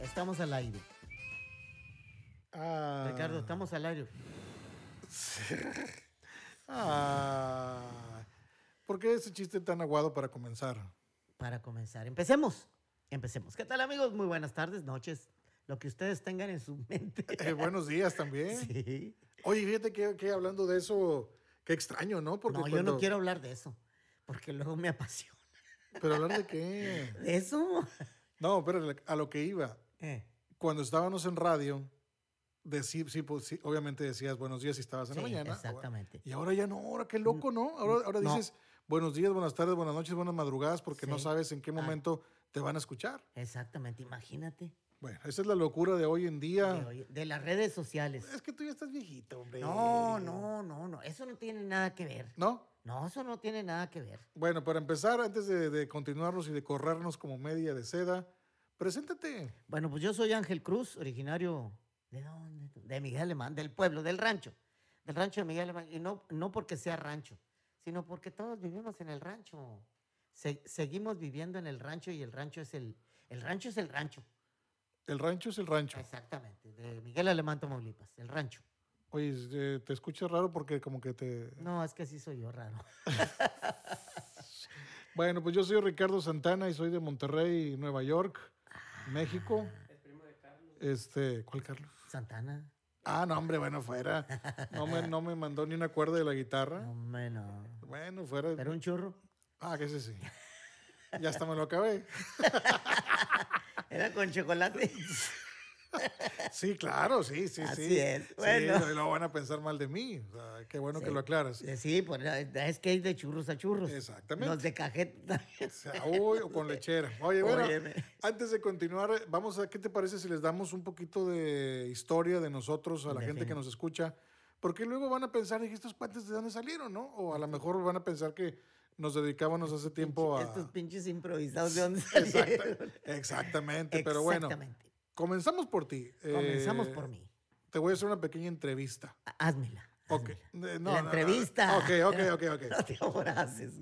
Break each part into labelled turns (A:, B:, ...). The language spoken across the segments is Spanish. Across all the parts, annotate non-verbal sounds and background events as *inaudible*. A: estamos al aire.
B: Ah.
A: Ricardo, estamos al aire.
B: Ah. ¿Por qué ese chiste tan aguado para comenzar?
A: Para comenzar, empecemos. Empecemos. ¿Qué tal, amigos? Muy buenas tardes, noches. Lo que ustedes tengan en su mente.
B: *laughs* Eh, buenos días también.
A: *laughs* Sí.
B: Oye, fíjate que, que hablando de eso, qué extraño, ¿no? Porque
A: no, yo
B: cuando-
A: no quiero hablar de eso, porque luego me apasiona.
B: Pero hablar de qué.
A: ¿De eso?
B: No, pero a lo que iba.
A: *laughs* Eh,
B: Cuando estábamos en radio, decir, sí, pues, sí, obviamente decías buenos días si estabas en la
A: Sí,
B: mañana.
A: exactamente.
B: Y ahora ya no, ahora qué loco, ¿no? Ahora, ahora
A: No.
B: dices buenos días, buenas tardes, buenas noches, buenas madrugadas, porque no
A: Sí.
B: sabes en qué
A: Ah.
B: momento te van a escuchar.
A: exactamente, imagínate.
B: Bueno, esa es la locura de hoy en día.
A: De, hoy- de las redes sociales.
B: Es que tú ya estás viejito, hombre.
A: No, no, no, no. Eso no tiene nada que ver.
B: ¿No?
A: No, eso no tiene nada que ver.
B: Bueno, para empezar, antes de, de continuarnos y de corrernos como media de seda, preséntate.
A: Bueno, pues yo soy Ángel Cruz, originario de dónde? De Miguel Alemán, del pueblo, del rancho. Del rancho de Miguel Alemán. Y no, no porque sea rancho, sino porque todos vivimos en el rancho. Se- seguimos viviendo en el rancho y el rancho es el. El rancho es el rancho.
B: El rancho es el rancho.
A: Exactamente. De Miguel Alemán, Tamaulipas, el rancho.
B: Oye, eh, te escuchas raro porque como que te...
A: No, es que así soy yo, raro. *laughs*
B: Bueno, pues yo soy Ricardo Santana y soy de Monterrey, Nueva York,
A: Ah.
B: México. El primo de Carlos. Este, ¿cuál Carlos?
A: Santana.
B: Ah, no, hombre, bueno, fuera. No me, no me mandó ni una cuerda de la guitarra.
A: No, hombre, no.
B: Bueno, fuera.
A: Pero un churro. *laughs*
B: Ah, que ese sí. Ya hasta me lo acabé.
A: Era con chocolate.
B: *laughs* Sí, claro, sí, sí,
A: Así
B: sí.
A: es,
B: Sí,
A: bueno.
B: no- no van a pensar mal de mí. O sea, qué bueno que lo aclaras.
A: Eh, Sí, pues, es que hay de churros a churros.
B: Exactamente.
A: Los de cajeta también.
B: O sea, uy, o con lechera. Oye, bueno,
A: Óyeme.
B: antes de continuar, vamos a, ¿qué te parece si les damos un poquito de historia de nosotros a la gente que nos escucha? Porque luego van a pensar, dije, estos cuates de dónde salieron, ¿no? O a lo mejor van a pensar que nos dedicábamos hace tiempo a... *laughs*
A: Estos pinches improvisados de dónde
B: Exacta-
A: *laughs* salieron.
B: exactamente, Eh, pero bueno.
A: Exactamente.
B: Comenzamos por ti. Eh,
A: Comenzamos por mí.
B: Te voy a hacer una pequeña entrevista.
A: Há- Házmela. *laughs*
B: Ok.
A: házmela.
B: Eh, no,
A: la
B: no, no.
A: entrevista.
B: Ok, ok, ok, ok.
A: No te abraces.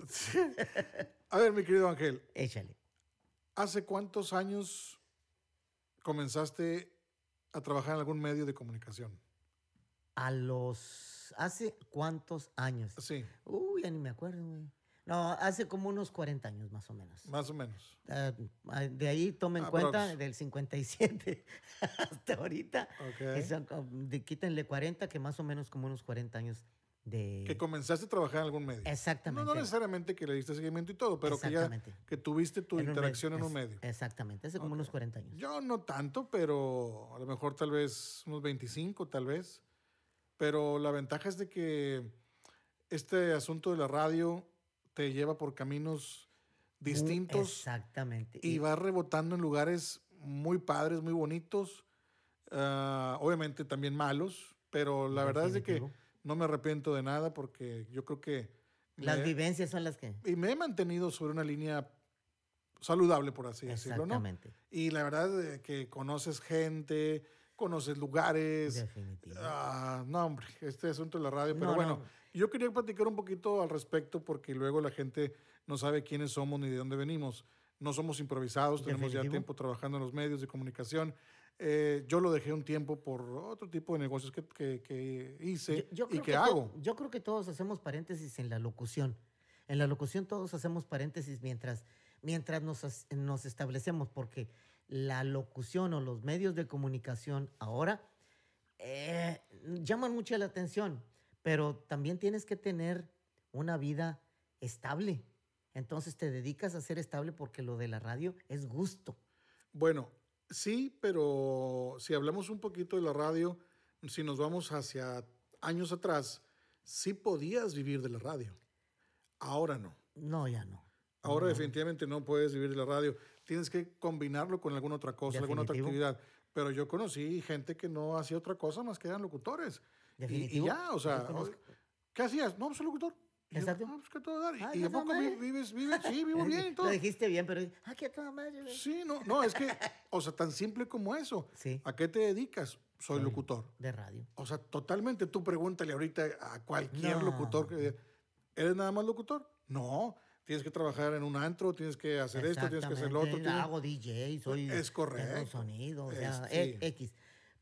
B: A ver, mi querido Ángel,
A: Échale.
B: ¿Hace cuántos años comenzaste a trabajar en algún medio de comunicación?
A: A los. ¿Hace cuántos años?
B: Sí,
A: Uy, ya ni me acuerdo, güey. No, hace como unos 40 años más o menos.
B: más o menos.
A: Ah, de ahí tomen
B: Aprox.
A: cuenta del 57 *laughs* hasta ahorita.
B: Ok.
A: que son como- de- quítenle 40, que más o menos como unos 40 años de...
B: Que comenzaste a trabajar en algún medio.
A: Exactamente.
B: No, no necesariamente que le diste seguimiento y todo, pero que ya
A: Exactamente.
B: que tuviste tu
A: en un
B: interacción en
A: medio.
B: un
A: Es-
B: medio.
A: Exactamente, hace como unos 40 años.
B: Yo no tanto, pero a lo mejor tal vez unos 25, tal vez. Pero la ventaja es de que este asunto de la radio te lleva por caminos distintos.
A: Exactamente.
B: y va rebotando en lugares muy padres, muy bonitos, ah, obviamente también malos, pero la verdad es de que
A: Definitivo.
B: no me arrepiento de nada porque yo creo que...
A: las
B: me-
A: vivencias son las que...
B: y me he mantenido sobre una línea saludable, por así decirlo, ¿no?
A: Exactamente.
B: Y la verdad eh, que conoces gente, conoces lugares.
A: Definitivo.
B: Ah, no, hombre, este asunto de la radio. Pero
A: No,
B: bueno,
A: no.
B: yo quería platicar un poquito al respecto porque luego la gente no sabe quiénes somos ni de dónde venimos. No somos improvisados, tenemos ya
A: Definitivo.
B: tiempo trabajando en los medios de comunicación. Eh, yo lo dejé un tiempo por otro tipo de negocios que, que- que hice y que,
A: to-
B: hago.
A: Yo creo que todos hacemos paréntesis en la locución. En la locución todos hacemos paréntesis mientras, mientras nos, as- nos establecemos, porque la locución o los medios de comunicación ahora eh, llaman mucho la atención, pero también tienes que tener una vida estable. Entonces te dedicas a ser estable porque lo de la radio es gusto.
B: Bueno, sí, pero si hablamos un poquito de la radio, si nos vamos hacia años atrás, sí podías vivir de la radio. Ahora no.
A: No, ya no.
B: Ahora definitivamente no puedes vivir de la radio. Tienes que combinarlo con alguna otra cosa, alguna otra
A: Definitivo.
B: actividad. Pero yo conocí gente que no hacía otra cosa más que eran locutores. Y- Y,
A: Definitivo.
B: ya, o
A: Yo
B: sea,
A: conozco.
B: ¿qué hacías? No, pues, soy locutor. Y yo,
A: Exacto.
B: "Ah, pues, que a todo dar. Y-
A: Ah,
B: y
A: ya
B: a poco
A: nomás.
B: vi- vives, vives, sí,
A: *laughs*
B: vivo bien y todo.
A: Eh, Lo dijiste bien, pero... Ah, que a toda madre, güey.
B: Sí, no, no, es que, o sea, tan simple como eso.
A: Sí.
B: ¿A qué te dedicas? Soy locutor.
A: De radio.
B: O sea, totalmente tú pregúntale ahorita a cualquier
A: No.
B: locutor. que- ¿Eres nada más locutor? No. tienes que trabajar en un antro, tienes que hacer esto, tienes que hacer lo otro.
A: Exactamente. Hago
B: tienes-
A: DJ, soy.
B: Es correcto.
A: tengo sonido, o sea,
B: Es-
A: e-
B: sí.
A: X.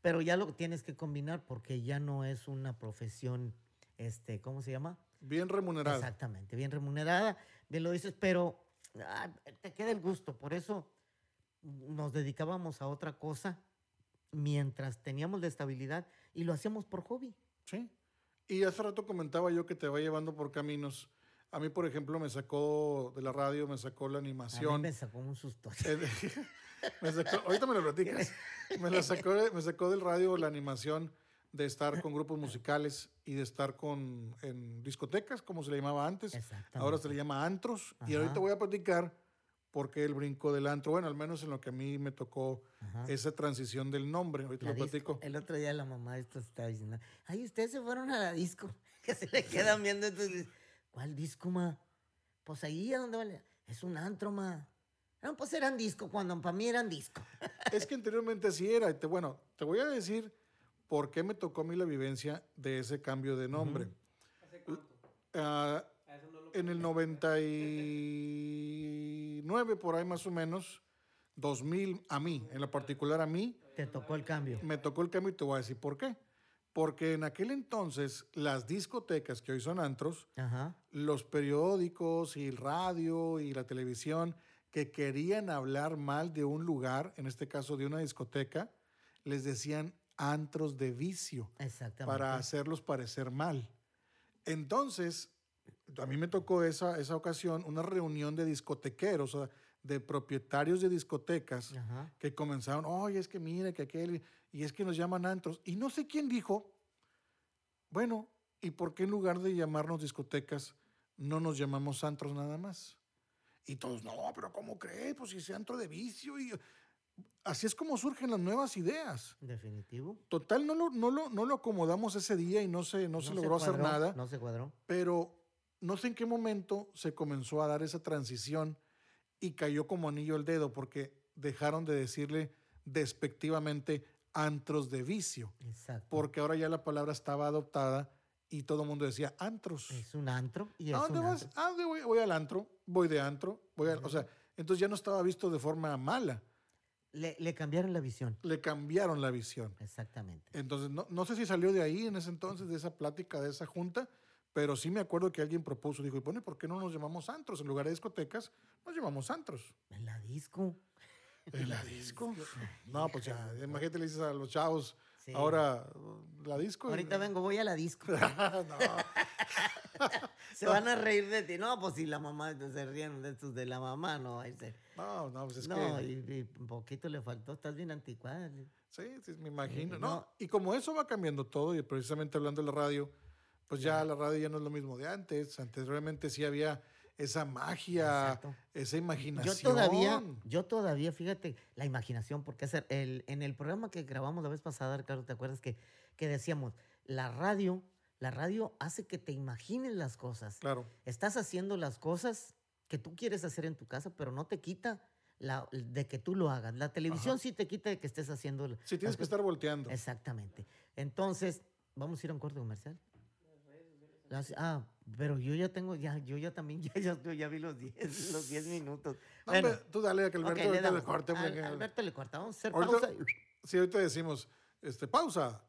A: Pero ya lo tienes que combinar porque ya no es una profesión, este, ¿cómo se llama?
B: Bien remunerado.
A: Exactamente, bien remunerada, bien lo dices, pero ah, te queda el gusto. Por eso nos dedicábamos a otra cosa mientras teníamos la estabilidad y lo hacíamos por hobby.
B: Sí. Y hace rato comentaba yo que te va llevando por caminos. A mí, por ejemplo, me sacó de la radio, me sacó la
A: A mí
B: animación.
A: me sacó un susto.
B: Eh, *laughs* me sacó- ahorita me lo platicas. Me, la sacó, de- me sacó del radio la animación de estar con grupos musicales y de estar con, en discotecas, como se le llamaba antes.
A: *laughs* Exactamente.
B: Ahora se le llama antros. Y ahorita
A: Ajá.
B: voy a platicar por qué el brinco del antro. Bueno, al menos en lo que a mí me tocó
A: Ajá.
B: esa transición del nombre. Ahorita
A: La
B: lo
A: disco.
B: platico.
A: El otro día la mamá de estos estaba diciendo, ay, ustedes se fueron a la disco. *laughs* Que se le quedan viendo. Entonces, ¿cuál disco, ma? Pues ahí a donde vale. Es un antro, ma. No, pues eran disco, cuando para mí eran disco.
B: Es que anteriormente así era. Y te- bueno, te voy a decir por qué me tocó a mí la vivencia de ese cambio de nombre. Ah, en el 99, por ahí más o menos, 2000, a mí, en lo particular a mí,
A: Te tocó el cambio.
B: me tocó el cambio y te voy a decir por qué. Porque en aquel entonces, las discotecas que hoy son antros,
A: Ajá.
B: los periódicos y el radio y la televisión que querían hablar mal de un lugar, en este caso de una discoteca, les decían antros de vicio
A: Exactamente.
B: para hacerlos parecer mal. Entonces, a mí me tocó esa, esa ocasión una reunión de discotequeros, o sea, de propietarios de discotecas
A: Ajá.
B: que comenzaron, oye, es que mira, que aquel, y es que nos llaman antros. Y no sé quién dijo, bueno, ¿y por qué en lugar de llamarnos discotecas, no nos llamamos antros nada más? Y todos, no, pero ¿cómo crees? Pues si es antro de vicio. Y... Así es como surgen las nuevas ideas.
A: Definitivo.
B: Total, no lo, no lo, no lo acomodamos ese día y no se, no se logró hacer
A: cuadró,
B: nada
A: No se cuadró.
B: pero no sé en qué momento se comenzó a dar esa transición y cayó como anillo al dedo porque dejaron de decirle despectivamente antros de vicio,
A: Exacto.
B: porque ahora ya la palabra estaba adoptada y todo el mundo decía antros.
A: es un antro y es
B: ¿A dónde
A: un
B: vas?
A: antro.
B: ¿A dónde voy? Voy al antro, voy de antro, voy al- o sea, entonces ya no estaba visto de forma mala,
A: Le, le cambiaron la visión.
B: le cambiaron la visión.
A: Exactamente.
B: Entonces, no, no sé si salió de ahí en ese entonces, de esa plática, de esa junta, pero sí me acuerdo que alguien propuso, dijo, y pone, ¿por qué no nos llamamos antros? En lugar de discotecas, nos llamamos antros.
A: En la disco.
B: ¿En la disco? No, pues ya, imagínate, le dices a los chavos,
A: Sí.
B: ahora, la disco.
A: Ahorita vengo, voy a la disco.
B: *laughs* no,
A: Se van
B: *laughs*
A: a reír de ti. No, pues si la mamá se ríen de estos de la mamá, no va a irse.
B: no, no, pues es
A: no,
B: que...
A: y, y poquito le faltó, estás bien anticuada. le-
B: Sí, sí, me imagino.
A: Eh,
B: No,
A: no.
B: y como eso va cambiando todo, y precisamente hablando de la radio, pues ya la radio ya no es lo mismo de antes. Anteriormente sí había esa magia,
A: Exacto.
B: esa
A: Yo
B: imaginación.
A: todavía, yo todavía, fíjate, la imaginación, porque hacer el, en el programa que grabamos la vez pasada, claro, ¿te acuerdas que, que decíamos, la radio, la radio hace que te imagines las cosas.
B: Claro,
A: Estás haciendo las cosas que tú quieres hacer en tu casa, pero no te quita la, de que tú lo hagas. La televisión sí te quita de que estés haciendo... l-
B: sí tienes
A: las
B: que
A: cosas.
B: estar volteando.
A: Exactamente. Entonces, vamos a ir a un corte comercial. Las- ah, pero yo ya tengo, ya, yo ya también, *laughs* ya, ya, yo ya vi los 10 los 10 minutos.
B: No,
A: Bueno,
B: hombre, tú dale a que
A: ok,
B: Alberto
A: le
B: ahorita
A: damos.
B: le corte. hombre,
A: Al-
B: que-
A: Alberto le corta, vamos a hacer
B: Ahorita-
A: pausa. y-
B: Sí, ahorita decimos, este, pausa.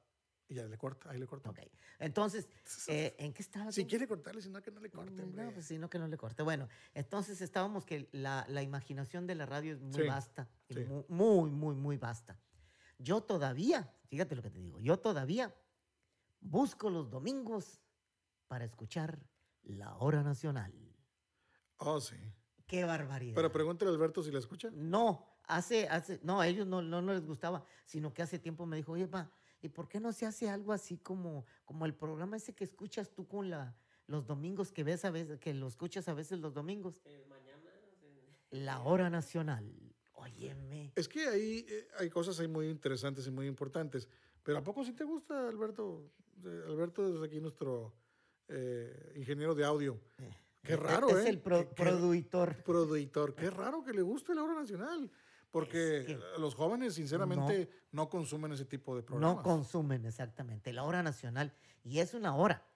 B: Y ya le corta, ahí le corta.
A: Ok.
B: *laughs*
A: Entonces, eh, ¿en qué estaba?
B: Si
A: tú?
B: quiere cortarle, si no, que no le corte, hombre.
A: No, pues sino que no le corte. Bueno, entonces estábamos que la, la imaginación de la radio es muy
B: Sí,
A: vasta. y
B: sí.
A: mu- Muy, muy, muy vasta. Yo todavía, fíjate lo que te digo, yo todavía busco los domingos para escuchar la hora nacional.
B: Oh, sí.
A: ¡Qué barbaridad!
B: Pero pregúntale a Alberto si la escucha.
A: Mm. no, hace, hace, no, a ellos no, no, no les gustaba, sino que hace tiempo me dijo, oye, pa, ¿y por qué no se hace algo así como, como el programa ese que escuchas tú con la, los domingos que ves a veces, que lo escuchas a veces los domingos? La hora nacional. Óyeme.
B: Es que ahí eh, hay cosas ahí muy interesantes y muy importantes. Pero ¿a poco sí te gusta, Alberto? Eh, Alberto es aquí nuestro eh, ingeniero de audio. Qué
A: E-
B: raro,
A: es
B: ¿eh?
A: el pro-
B: Qué- qué-
A: productor.
B: productor. Qué raro que le guste la hora nacional. Porque
A: Es que-
B: eh, los jóvenes, sinceramente, no. consumen ese tipo de programas.
A: No consumen exactamente la hora nacional y es una hora.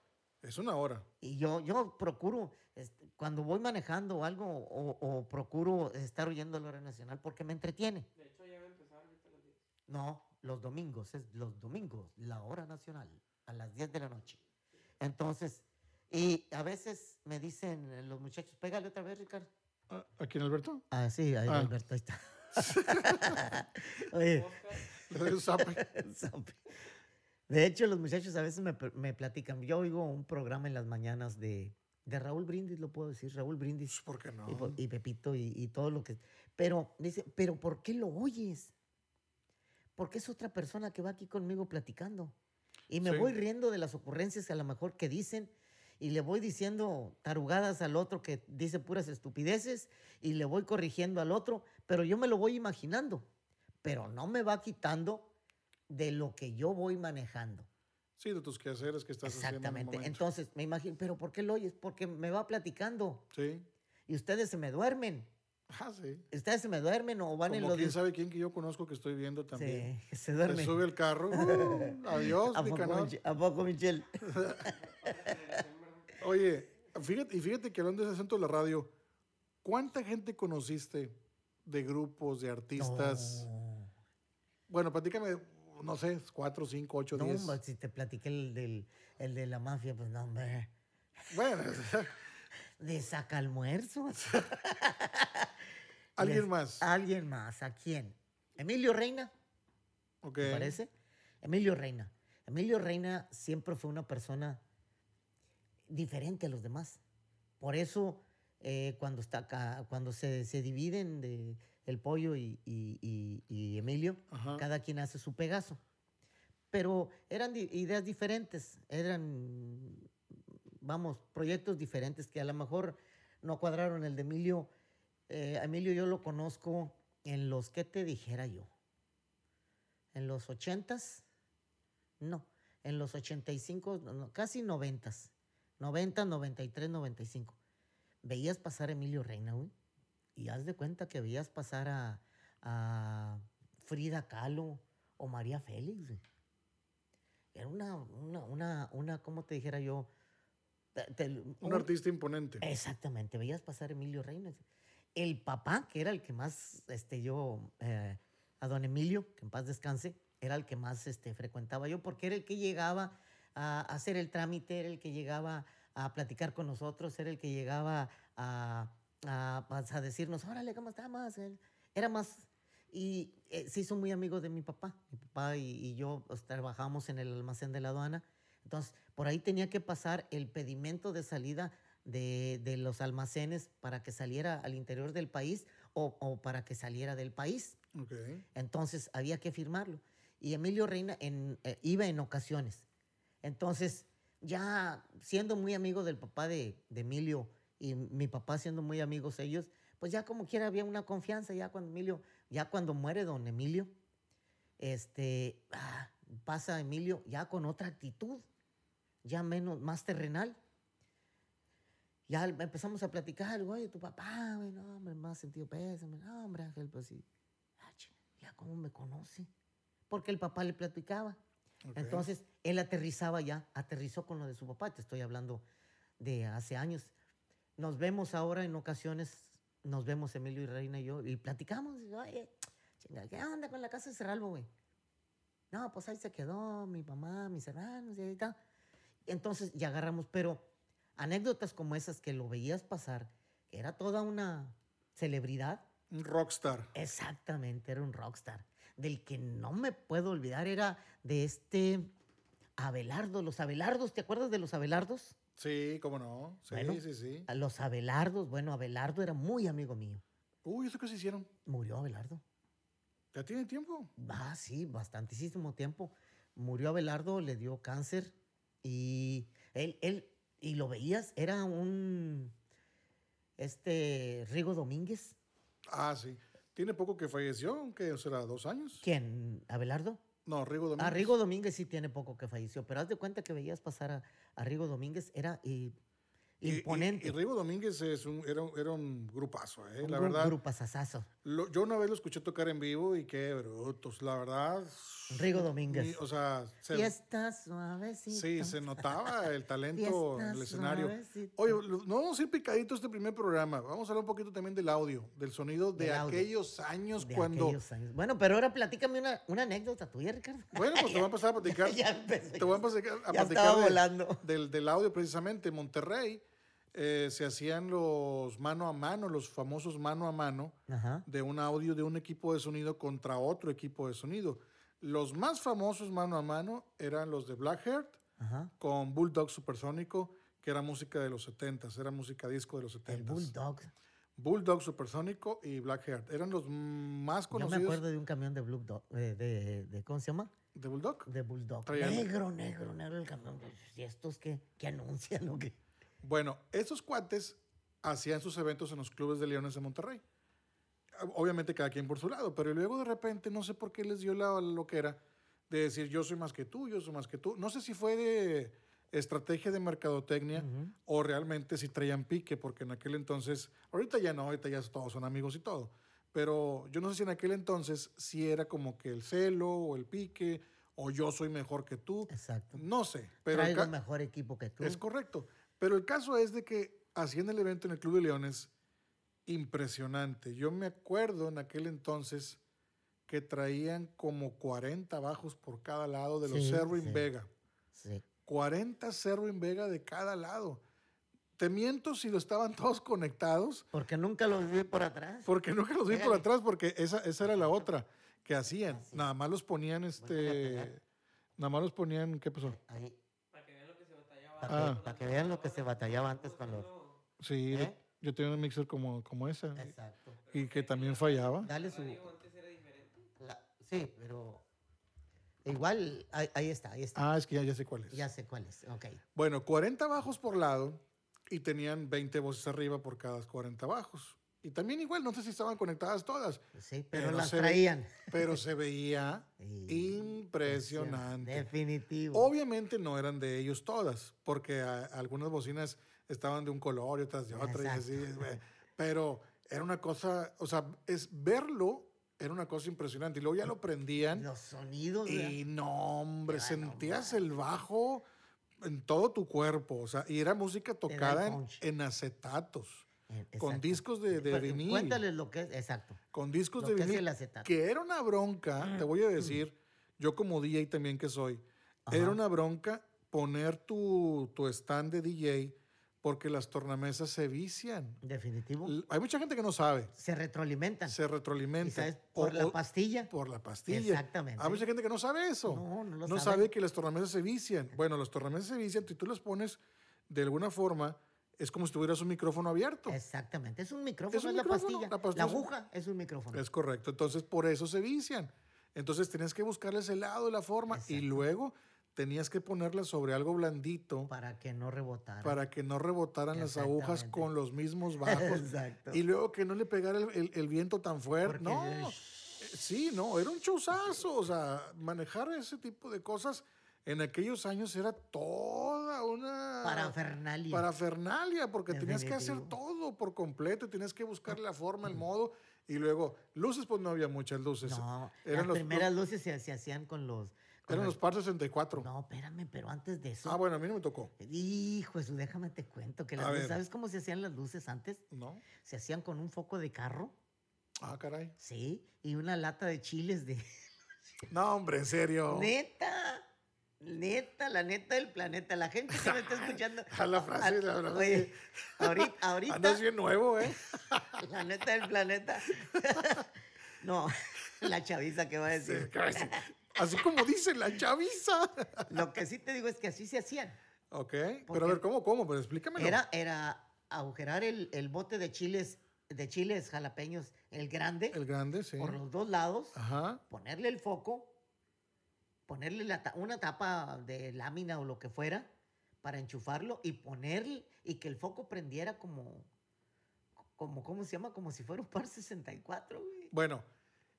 B: Es una hora.
A: Y yo, yo procuro, este, cua- cuando voy manejando o algo o, o procuro estar oyendo el hora nacional porque me entretiene.
C: De hecho, ya va a empezar ahorita a las 10.
A: No, los domingos, es los domingos, la hora nacional, a las 10 de la noche. Entonces, y a veces me dicen eh, los muchachos, pégale otra vez, Ricardo.
B: ¿A, a quién, *laughs* Alberto?
A: Ah, sí, ahí
B: Ah.
A: Alberto, ahí está. *laughs* Oye,
C: Oscar,
B: Le doy un zape.
A: *laughs* Sabe. De hecho, los muchachos a veces me, pl- me platican. Yo oigo un programa en las mañanas de, de Raúl Brindis, lo puedo decir, Raúl Brindis
B: Pues, ¿Por qué no?
A: y, po- y Pepito y, y todo lo que... Pero dice, pero ¿por qué lo oyes? Porque es otra persona que va aquí conmigo platicando. Y me
B: Sí.
A: voy riendo de las ocurrencias a lo mejor que dicen y le voy diciendo tarugadas al otro que dice puras estupideces y le voy corrigiendo al otro, pero yo me lo voy imaginando, pero no me va quitando de lo que yo voy manejando.
B: Sí, de tus quehaceres que estás haciendo. en el
A: Exactamente.
B: momento.
A: Entonces, me imagino, pero ¿por qué lo oyes? Porque me va platicando
B: Sí.
A: y ustedes se me duermen.
B: Ah, sí.
A: Ustedes se me duermen o van en
B: Como
A: lo
B: quién
A: de...
B: sabe quién que yo conozco que estoy viendo también.
A: Sí, se
B: Se
A: duermen.
B: sube
A: *laughs*
B: el carro. ¡uh! adiós,
A: ¿A, poco,
B: Nicanor.
A: Mich- a poco, Michelle?
C: para la generación, ¿verdad?
B: Oye, fíjate, y fíjate que hablando de ese acento de la radio, ¿cuánta gente conociste de grupos, de artistas?
A: No.
B: Bueno, platícame, no sé, cuatro, cinco, ocho,
A: No,
B: diez.
A: hombre, si te platiqué el, del, el de la mafia, pues no, hombre.
B: Bueno, *laughs*
A: De saca almuerzos.
B: alguien
A: Les-
B: más.
A: Alguien más. ¿A quién? Emilio Reina.
B: ok.
A: ¿Te parece? Emilio Reina. Emilio Reina siempre fue una persona diferente a los demás. Por eso, eh, cuando, está acá, cuando se, se dividen de el pollo y, y- y- y Emilio,
B: Ajá.
A: cada quien hace su Pegaso. Pero eran di- ideas diferentes, eran, vamos, proyectos diferentes que a lo mejor no cuadraron. El de Emilio, eh, a Emilio yo lo conozco en los, ¿qué te dijera yo? En los ochentas, no, en los 85, no, no, casi noventas, 90, 93, 95. Veías pasar a Emilio Reina, güey, y haz de cuenta que veías pasar a, a Frida Kahlo o María Félix, güey. Era una, una, una, una, ¿cómo te dijera yo? Te- te-
B: Un
A: un-
B: artista imponente.
A: Eh, Exactamente, veías pasar a Emilio Reina. El papá, que era el que más, este, yo, eh, a don Emilio, que en paz descanse, era el que más este, frecuentaba yo, porque era el que llegaba a hacer el trámite, era el que llegaba a platicar con nosotros, era el que llegaba a, a, pues, a decirnos, órale, ¿cómo estamos? Él Era más... Y eh, se hizo muy amigo de mi papá. Mi papá y, y yo pues, trabajamos en el almacén de la aduana. Entonces, por ahí tenía que pasar el pedimento de salida de, de los almacenes para que saliera al interior del país o, o para que saliera del país.
B: Ok.
A: Entonces había que firmarlo. Y Emilio Reina en- eh, iba en ocasiones. Entonces, ya siendo muy amigo del papá de, de Emilio y mi papá siendo muy amigos ellos, pues ya como quiera había una confianza ya cuando Emilio, ya cuando muere don Emilio, este, ah, pasa Emilio ya con otra actitud, ya menos, más terrenal. Ya em- empezamos a platicar, güey, tu papá, güey, no, hombre, más sentido pésame, no, hombre, Ángel, pues sí. Ah, chinga, ya cómo me conoce. Porque el papá le platicaba.
B: ok.
A: Entonces, él aterrizaba ya, aterrizó con lo de su papá, te estoy hablando de hace años. Nos vemos ahora en ocasiones, nos vemos Emilio y Reina y yo, y platicamos, y, oye, chinga, ¿qué onda con la casa de Cerralbo, güey? No, pues ahí se quedó mi mamá, mis hermanos, y ahí está. Entonces, ya agarramos, pero anécdotas como esas que lo veías pasar, que era toda una celebridad,
B: Un rockstar.
A: eh, Exactamente, era un rockstar. Del que no me puedo olvidar era de este Abelardo, los Abelardos, ¿te acuerdas de los Abelardos?
B: Sí, cómo no. Sí,
A: Bueno.
B: sí, sí.
A: A Los Abelardos, bueno, Abelardo era muy amigo mío.
B: Uy, ¿eso qué se hicieron?
A: Murió Abelardo.
B: ¿Ya tiene tiempo?
A: Ah, sí, bastantísimo tiempo. Murió Abelardo, le dio cáncer y él, él, y lo veías, era un, este, Rigo Domínguez.
B: Ah, sí. Tiene poco que falleció, que será dos años.
A: ¿Quién? ¿Abelardo?
B: No, Rigo Domínguez.
A: A Ah, Rigo Domínguez sí tiene poco que falleció, pero haz de cuenta que veías pasar a, a Rigo Domínguez, era, y
B: Y- y-
A: imponente.
B: Y, Rigo Domínguez es un, era, un- era un grupazo, ¿eh?
A: un
B: la
A: gru-
B: verdad.
A: grupazazazo.
B: lo- yo una vez lo escuché tocar en vivo y qué brutos, la verdad.
A: Rigo Domínguez.
B: ni- O sea, se,
A: Y está suavecito.
B: sí, se notaba
A: *laughs*
B: el talento en el
A: Fiesta
B: escenario.
A: suavecito.
B: Oye, lo- no vamos a ir picadito este primer programa. Vamos a hablar un poquito también del audio, del sonido de
A: Del audio.
B: aquellos años
A: De
B: cuando.
A: aquellos años. Bueno, pero ahora platícame una, una anécdota tuya, Ricardo.
B: *laughs* Bueno, pues te voy a pasar a platicar.
A: *laughs* ya empecé.
B: Te voy a platicar, a
A: Ya
B: platicar
A: estaba
B: de-
A: volando.
B: Del, del audio precisamente. En Monterrey eh, se hacían los mano a mano, los famosos mano a mano
A: Ajá.
B: de un audio de un equipo de sonido contra otro equipo de sonido. Los más famosos mano a mano eran los de Blackheart
A: Ajá.
B: con Bulldog Supersónico, que era música de los 70s, era música disco de los 70s.
A: El Bulldog.
B: Bulldog Supersónico y Blackheart. Eran los más
A: Yo me
B: conocidos
A: acuerdo de un camión de Bulldog. eh, de, de- ¿Cómo se llama?
B: de Bulldog.
A: De Bulldog.
B: Traían-
A: Negro, negro, negro el camión. ¿Y estos qué, qué anuncian o qué?
B: Bueno, esos cuates hacían sus eventos en los clubes de Leones de Monterrey. Obviamente cada quien por su lado, pero luego de repente no sé por qué les dio la loquera de decir yo soy más que tú, yo soy más que tú. No sé si fue de estrategia de mercadotecnia
A: Ujú.
B: o realmente si traían pique, porque en aquel entonces, ahorita ya no, ahorita ya todos son amigos y todo, pero yo no sé si en aquel entonces si era como que el celo o el pique o yo soy mejor que tú,
A: Exacto.
B: no sé, pero el
A: Traigo
B: ca-
A: mejor equipo que tú.
B: es correcto. Pero el caso es de que hacían el evento en el Club de Leones impresionante. Yo me acuerdo en aquel entonces que traían como 40 bajos por cada lado de los
A: Sí,
B: Cerro
A: sí.
B: Vega.
A: Sí.
B: 40 Cerro Vega de cada lado. Te miento si lo estaban *laughs* todos conectados,
A: Porque nunca los vi por atrás.
B: porque nunca los vi por
A: Pégale.
B: atrás, porque esa, esa era la otra que hacían.
A: Así.
B: Nada más los ponían
A: Vuélvele a
B: este...
A: pegar.
B: Nada más los ponían... ¿Qué pasó?
A: Ahí,
C: Para que vean lo que se batallaba.
A: para,
B: Ah.
A: que, para que vean lo que se batallaba antes con los...
B: Sí, yo-
A: ¿Eh?
B: yo tenía un mixer como, como esa.
A: Exacto.
B: Y que también fallaba.
A: Dale su...
C: Radio antes era diferente.
A: la- sí, pero... Igual, ahí, ahí está, ahí está.
B: Ah, es que ya, ya sé cuál es.
A: Ya sé cuál es. Ok.
B: Bueno, 40 bajos por lado y tenían 20 voces arriba por cada 40 bajos. Y también igual, no sé si estaban conectadas todas,
A: Sí, pero,
B: Pero
A: las
B: se ve-
A: traían.
B: pero
A: *laughs*
B: se veía
A: Y-
B: impresionante.
A: Definitivo.
B: Obviamente no eran de ellos todas, porque a- algunas bocinas estaban de un color y otras de otro. y así, eh, pero era una cosa, o sea, es verlo era una cosa impresionante. Y luego ya lo prendían.
A: Los sonidos. ¿verdad?
B: Y no, hombre,
A: Te da lo
B: sentías
A: mal.
B: el bajo en todo tu cuerpo. O sea, y era música
A: el
B: tocada en,
A: punch.
B: en acetatos,
A: Eh,
B: con
A: exacto.
B: discos de, de
A: Pero
B: vinil.
A: Cuéntales lo que es, exacto.
B: Con discos
A: Lo
B: de
A: que es
B: vinil.
A: el acetato.
B: Que era una bronca, te voy a decir, yo como DJ también que soy,
A: Ajá.
B: era una bronca poner tu, tu stand de DJ porque las tornamesas se vician.
A: Definitivo.
B: L- Hay mucha gente que no sabe,
A: se retroalimentan.
B: se
A: ¿Y
B: retroalimenta.
A: sabes?
B: O-
A: Por la
B: o-
A: pastilla.
B: por la pastilla.
A: Exactamente.
B: Hay mucha gente que no sabe eso.
A: No, no lo
B: No
A: saben.
B: sabe que las tornamesas se vician. Bueno, las tornamesas se vician, si tú las pones de alguna forma, es como si tuvieras un micrófono abierto. Es,
A: Exactamente. Es un micrófono, es,
B: un
A: la
B: micrófono,
A: pastilla.
B: la
A: La,
B: pastilla es un-
A: aguja es un micrófono.
B: correcto. Entonces, por eso se vician. Entonces, tenías que buscarles el lado, la forma, y
A: Exacto.
B: luego tenías que ponerlas sobre algo blandito
A: Para que no rebotara.
B: para que no rebotaran las agujas
A: Exactamente.
B: con los
A: *laughs*
B: mismos bajos.
A: Exacto.
B: Y luego que no le pegara el, el- el viento tan fuerte.
A: Porque
B: No,
A: el-
B: eh, sí, no, era un chuzazo. O sea, manejar ese tipo de cosas en aquellos años era toda una...
A: Parafernalia.
B: parafernalia, porque tenías que hacer
A: Definitivo.
B: todo por completo, tenías que buscar la forma, el modo, y luego, luces, pues no había muchas luces.
A: No,
B: eran
A: las
B: los-
A: primeras luces se, se hacían con los. con
B: Eran
A: las-
B: los par 64.
A: No, espérame, pero antes de eso.
B: ah, bueno, a mí no me tocó.
A: Hijo, eso déjame te cuento que
B: A
A: las luces-
B: ver.
A: ¿sabes cómo se hacían las luces antes?
B: ¿No?
A: Se hacían con un foco de carro,
B: Ah, caray.
A: sí, y una lata de chiles de
B: No, hombre, en serio.
A: neta, neta, la neta del planeta. La gente que me
B: *laughs*
A: está escuchando.
B: A la frase, la verdad.
A: Oye,
B: que
A: ahorita, ahorita,
B: Andas bien nuevo,
A: *laughs*
B: ¿eh?
A: la neta del planeta. *laughs* No, la chaviza que va a
B: Sí,
A: decir.
B: claro, sí. Así como dice la chaviza.
A: Lo que sí te digo es que así se hacían.
B: Ok,
A: Porque-
B: pero a ver, ¿cómo, cómo? Pero explícamelo.
A: Era, era agujerar el, el bote de chiles, de chiles jalapeños, el grande,
B: El grande, sí.
A: por los dos lados,
B: Ajá.
A: ponerle el foco, ponerle la ta- una tapa de lámina o lo que fuera para enchufarlo y poner y que el foco prendiera como, como ¿cómo se llama? Como si fuera un par 64, güey.
B: Bueno,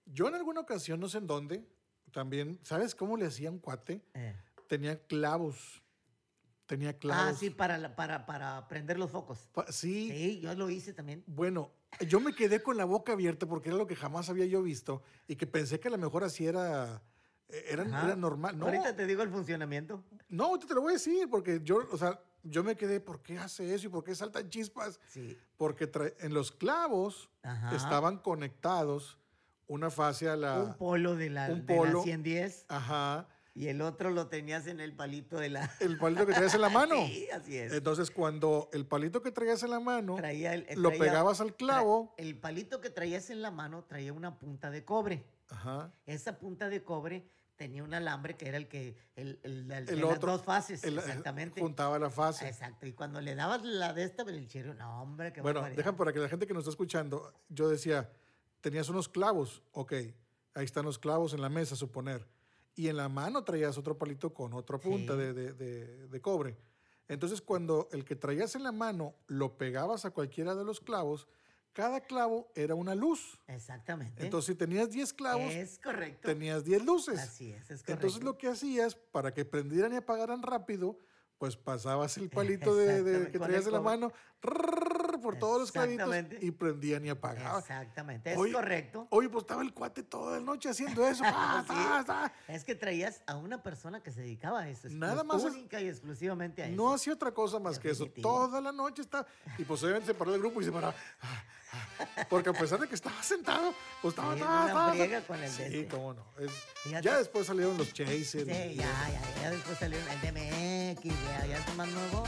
B: yo en alguna ocasión, no sé en
A: Ah,
B: dónde, también, ¿sabes cómo le hacía un cuate?
A: Eh,
B: Tenía clavos. tenía clavos.
A: Ah, sí, para, la- para, para prender los focos.
B: Pa- sí.
A: Sí, yo lo hice también.
B: Bueno, yo me quedé con la boca abierta porque era lo que jamás había yo visto y que pensé que a lo mejor así era, era,
A: Ajá.
B: era normal. No,
A: Ahorita te digo el funcionamiento.
B: no, ahorita te lo voy a decir porque yo, o sea, yo me quedé, ¿por qué hace eso y por qué saltan chispas?
A: Sí.
B: Porque tra- en los clavos
A: Ajá.
B: estaban conectados una fase a la...
A: un polo de la,
B: un
A: de la
B: polo.
A: 110
B: Ajá,
A: y el otro lo tenías en el palito de la...
B: el palito que traías en la mano.
A: Sí, *laughs* así es.
B: Ah, Entonces, cuando el palito que traías en la mano
A: Traía el,
B: lo
A: traía-
B: pegabas al
A: tra-
B: clavo,
A: el palito que traías en la mano traía una punta de cobre.
B: ajá,
A: Esa punta de cobre tenía un alambre que era el que... El, el- el-
B: El
A: de
B: otro,
A: las dos fases,
B: el- eh,
A: exactamente.
B: juntaba la fase.
A: Exacto. Y cuando le dabas la de esta, pues, el chero, no, hombre, qué
B: Bueno,
A: barbaridad.
B: dejan para que la gente que nos está escuchando, yo decía, tenías unos clavos, ok, ahí están los clavos en la mesa, suponer, y en la mano traías otro palito con otra punta
A: Sí.
B: de, de- de- de cobre. Entonces, cuando el que traías en la mano lo pegabas a cualquiera de los clavos, cada clavo era una luz.
A: Exactamente.
B: Entonces, si tenías 10 clavos,
A: es correcto.
B: tenías 10 luces.
A: Así es, es correcto.
B: pues, Entonces, lo que hacías para que prendieran y apagaran rápido, pues pasabas el palito de, de-
A: Exactamente,
B: que
A: con
B: traías
A: el
B: en la
A: cobre.
B: mano rrrr, por todos los clavitos
A: Exactamente.
B: y prendían y apagaban.
A: Exactamente, es
B: Oye,
A: correcto.
B: Oye, pues estaba el cuate toda la noche haciendo eso. pa,
A: Sí.
B: ta, ta.
A: Es que traías a una persona que se dedicaba a eso. exclu-
B: Nada más es-
A: Única y exclusivamente a eso.
B: No hacía otra cosa más que eso.
A: Definitivo.
B: Toda la noche estaba. Y pues obviamente se paró del grupo y se paró. ah, ah, Porque a pesar de que estaba sentado, pues estaba.
A: Sí,
B: ta,
A: una
B: ta, ta.
A: friega con el de
B: sí,
A: este.
B: cómo no. Es-
A: Fíjate.
B: ya después salieron los chases.
A: Sí, ya, ya, ya después salió el DMX, ya, ya es más nuevo.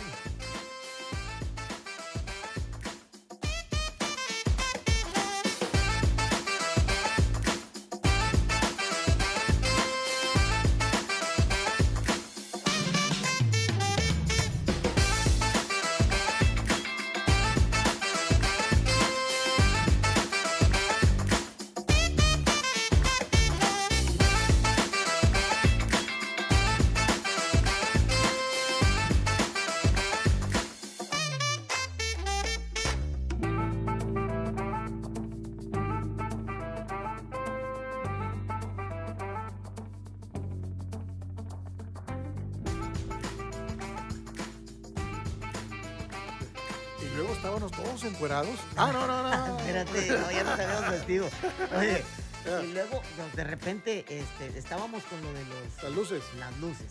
B: Y luego estábamos todos encuerados. Ah, no, no, no.
A: *laughs*
B: no.
A: Espérate, no, ya nos habíamos vestido. Oye,
B: Ah.
A: y luego no, de repente este, estábamos con lo de los,
B: Las luces.
A: las luces.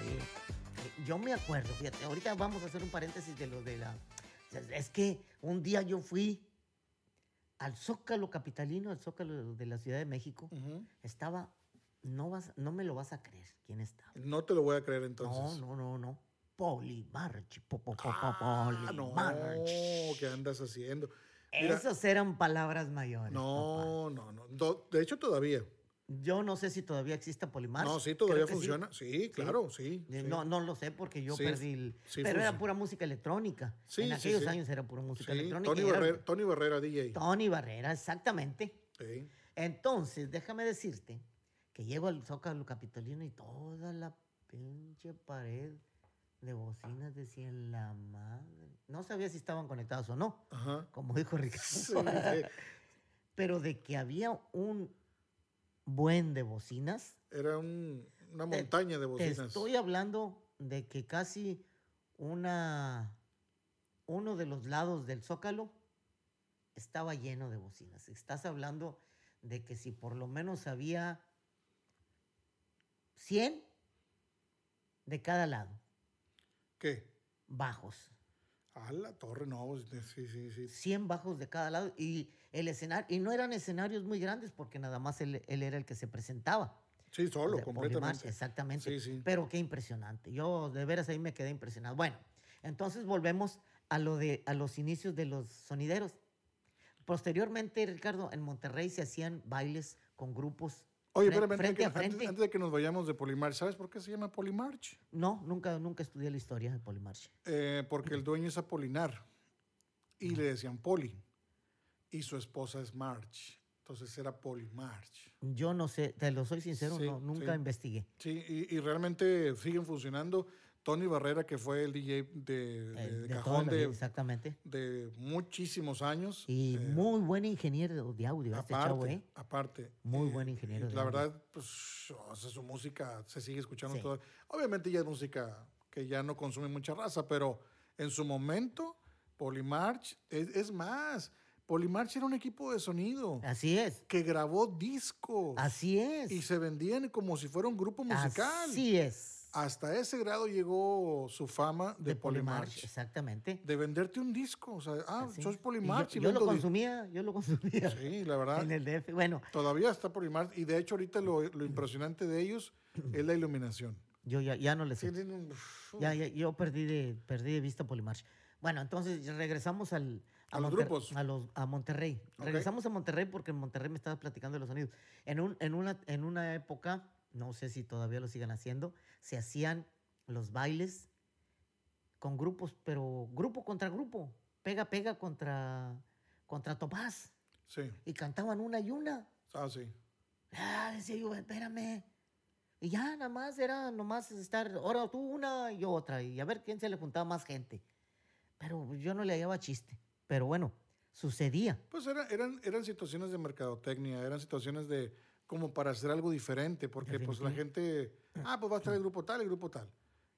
A: Oye, eh, yo me acuerdo, fíjate, ahorita vamos a hacer un paréntesis de lo de la... Es que un día yo fui al Zócalo Capitalino, al Zócalo de la Ciudad de México,
B: Ujú.
A: estaba, no, vas, no me lo vas a creer, ¿quién estaba?
B: No te lo voy a creer entonces.
A: No, no, no, no. Polimarch. Po, po, po, po,
B: Ah, no,
A: Polimarch.
B: ¿qué andas haciendo? Mira.
A: Esas eran palabras mayores. papá.
B: No, no, no. Do- De hecho, todavía.
A: Yo no sé si todavía exista Polimarch.
B: No, sí,
A: creo
B: todavía
A: que sí.
B: funciona. Sí, claro, sí.
A: Eh,
B: sí.
A: No, no lo sé porque yo
B: Sí,
A: perdí el.
B: sí
A: pero
B: funci-
A: era pura música electrónica.
B: Sí,
A: en
B: sí,
A: aquellos
B: sí.
A: años era pura
B: Sí,
A: música electrónica.
B: Tony,
A: y era-
B: Barrera, Tony Barrera, DJ.
A: Tony Barrera, exactamente.
B: Sí.
A: Entonces, déjame decirte que llego al Zócalo Capitolino y toda la pinche pared de bocinas decía la madre. No sabía si estaban conectados o no,
B: Ajá. *laughs*
A: como dijo Ricardo.
B: Sí, eh,
A: Pero de que había un buen de bocinas,
B: Era un- una montaña de
A: te
B: bocinas.
A: Eh, estoy hablando de que casi una uno de los lados del Zócalo estaba lleno de bocinas. Estás hablando de que si por lo menos había 100 de cada lado,
B: ¿Qué?
A: bajos.
B: A la torre, no. pues, Sí, sí, sí.
A: 100 bajos de cada lado y el escenario y no eran escenarios muy grandes porque nada más él, él era el que se presentaba.
B: Sí, solo,
A: de- por el mar,
B: completamente.
A: exactamente.
B: Sí, sí.
A: Pero qué impresionante. Yo de veras ahí me quedé impresionado. Bueno, entonces volvemos a lo de a los inicios de los sonideros. Posteriormente, Ricardo, en Monterrey se hacían bailes con grupos.
B: Oye,
A: fren-
B: espérame,
A: frente
B: antes,
A: a
B: de que- antes-
A: frente.
B: antes de que nos vayamos de Polimarch, ¿sabes por qué se llama Polimarch?
A: No, nunca nunca estudié la historia de Polimarch.
B: Eh, porque el dueño es Apolinar y le decían Poli y su esposa es March. Entonces era Polimarch.
A: Yo no sé, te lo soy sincero,
B: Sí,
A: no, nunca
B: sí.
A: investigué.
B: Sí, y, y realmente siguen funcionando. Tony Barrera, que fue el DJ de, de-
A: eh,
B: de
A: de toda
B: cajón
A: la vida,
B: de,
A: exactamente.
B: de muchísimos años.
A: Y
B: eh,
A: muy buen ingeniero de audio este
B: aparte,
A: chavo, ¿eh?
B: aparte.
A: Muy
B: eh,
A: buen ingeniero
B: y
A: de
B: La
A: audio.
B: verdad, pues o sea, su música se sigue escuchando
A: Sí.
B: toda- Obviamente ya es música que ya no consume mucha raza, pero en su momento, Polymarch, es, es más, Polymarch era un equipo de sonido
A: Así es.
B: que grabó discos
A: Así es.
B: pues, y se vendían como si fuera un grupo musical.
A: Así es.
B: Hasta ese grado llegó su fama de, Polymarch.
A: Exactamente.
B: De venderte un disco. O sea, ah,
A: Así
B: sos
A: es. Y
B: Polymarch. y
A: Yo, yo lo
B: vendo discos.
A: consumía, yo lo consumía.
B: Sí, la
A: *laughs*
B: verdad.
A: En el DF. Bueno,
B: Todavía está Polymarch. Y de hecho, ahorita lo, lo impresionante de ellos es la iluminación.
A: yo ya, ya no le sé.
B: Tienen un- uf,
A: Ya, ya- yo perdí de, perdí de vista Polimarch. Bueno, entonces ya regresamos al,
B: A los grupos.
A: A, los- a Monterrey.
B: Ok.
A: Regresamos a Monterrey porque en Monterrey me estabas platicando de los sonidos. En, un, en, una, en una época, no sé si todavía lo sigan haciendo, se hacían los bailes con grupos, pero grupo contra grupo. Pega, pega contra, contra Topaz.
B: Sí.
A: Y cantaban una y una.
B: Ah, sí.
A: Ah, decía yo, espérame. Y ya nada más era nomás estar, ahora tú una y yo otra, y a ver quién se le juntaba más gente. Pero yo no le hallaba chiste. Pero bueno, sucedía.
B: Pues era- eran, eran situaciones de mercadotecnia, eran situaciones de como para hacer algo diferente, porque pues la gente, ah, pues va a estar el grupo tal, el grupo tal.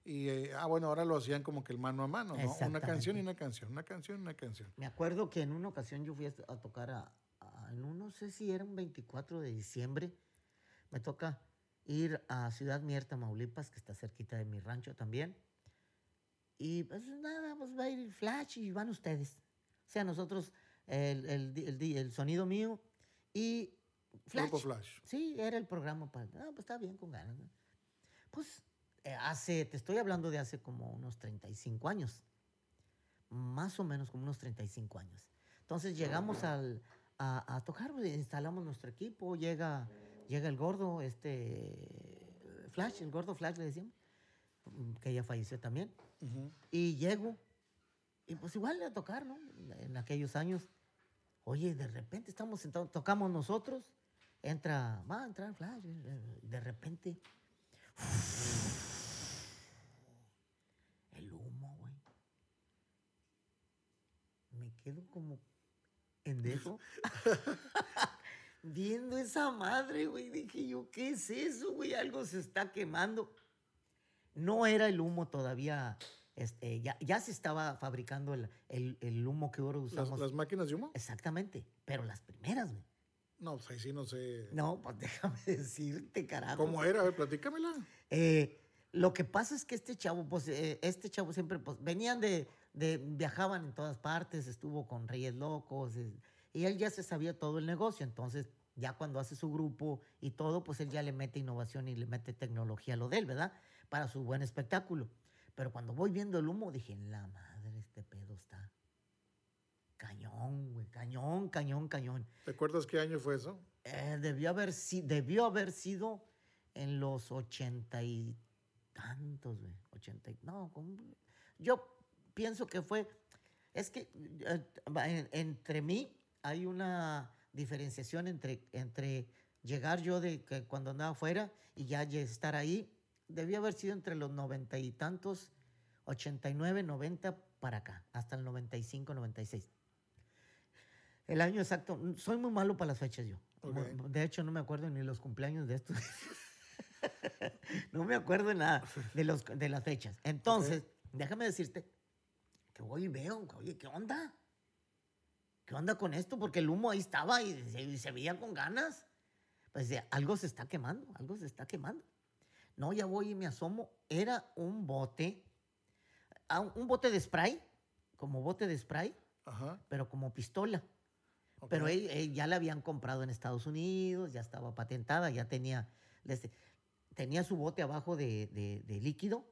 B: Y, eh, ah, bueno, ahora lo hacían como que el mano a mano, ¿no? Una canción
A: Exactamente.
B: y una canción, una canción y una canción.
A: Me acuerdo que en una ocasión yo fui a, a tocar a, a- en un, no sé si era un 24 de diciembre, me toca ir a Ciudad Mierta, Maulipas, que está cerquita de mi rancho también. Y pues nada, pues va a ir el Flash y van ustedes. O sea, nosotros, el, el di- el di- el sonido mío y Flash.
B: Grupo Flash.
A: Sí, era el programa para... Ah, pues está bien, con ganas. ¿no? Pues eh, hace, te estoy hablando de hace como unos 35 años. Más o menos como unos 35 años. Entonces llegamos al, a, a tocar, pues, instalamos nuestro equipo, llega, llega el gordo, este... Flash, el gordo Flash le decíamos, mm, que ya falleció también.
B: Ujú.
A: Y llego, y pues igual a tocar, ¿no? En aquellos años. Oye, de repente estamos sentados, tocamos nosotros, entra, va a entrar Flash, eh, de repente. El humo, güey. Me quedo como
B: *laughs*
A: pendejo. Viendo esa madre, güey, dije yo, ¿qué es eso, güey? Algo se está quemando. No era el humo todavía, este, ya, ya se estaba fabricando el, el- el humo que ahora
B: Las,
A: usamos.
B: las máquinas de humo?
A: Exactamente, pero las primeras, güey.
B: No, pues ahí sí no sé.
A: No, pues *laughs* déjame decirte, carajo.
B: ¿Cómo era? A ver, platícamela.
A: Eh, lo que pasa es que este chavo, pues, eh, este chavo siempre, pues, venían de, de- viajaban en todas partes, estuvo con Reyes Locos, es- y él ya se sabía todo el negocio, entonces, ya cuando hace su grupo y todo, pues, él ya le mete innovación y le mete tecnología a lo de él, ¿verdad? Para su buen espectáculo. Pero cuando voy viendo el humo, dije, la madre, este pedo está cañón, güey, cañón, cañón, cañón.
B: ¿Te acuerdas qué año fue eso?
A: Eh, debió, haber, si- debió haber sido en los ochenta y tantos, güey. Ochenta y... No, como- yo pienso que fue... Es que eh, va, en- entre mí hay una diferenciación entre, entre llegar yo de que cuando andaba afuera y ya ye- estar ahí. Debió haber sido entre los noventa y tantos, 89, 90 para acá, hasta el 95, 96. El año exacto, n- soy muy malo para las fechas yo. Mu-
B: Ok.
A: De hecho, no me acuerdo ni los cumpleaños de estos. no me acuerdo de nada de, los, de las fechas. Entonces, déjame decirte que voy y veo, oye, ¿qué onda? ¿Qué onda con esto? Porque el humo ahí estaba y se, y se veía con ganas. Pues eh, algo se está quemando, algo se está quemando. No, ya voy y me asomo. Era un bote, ah, un bote de spray, como bote de spray,
B: Ajá.
A: pero como pistola.
B: ok.
A: Pero él- él ya la habían comprado en Estados Unidos, ya estaba patentada, ya tenía, les- tenía su bote abajo de, de- de líquido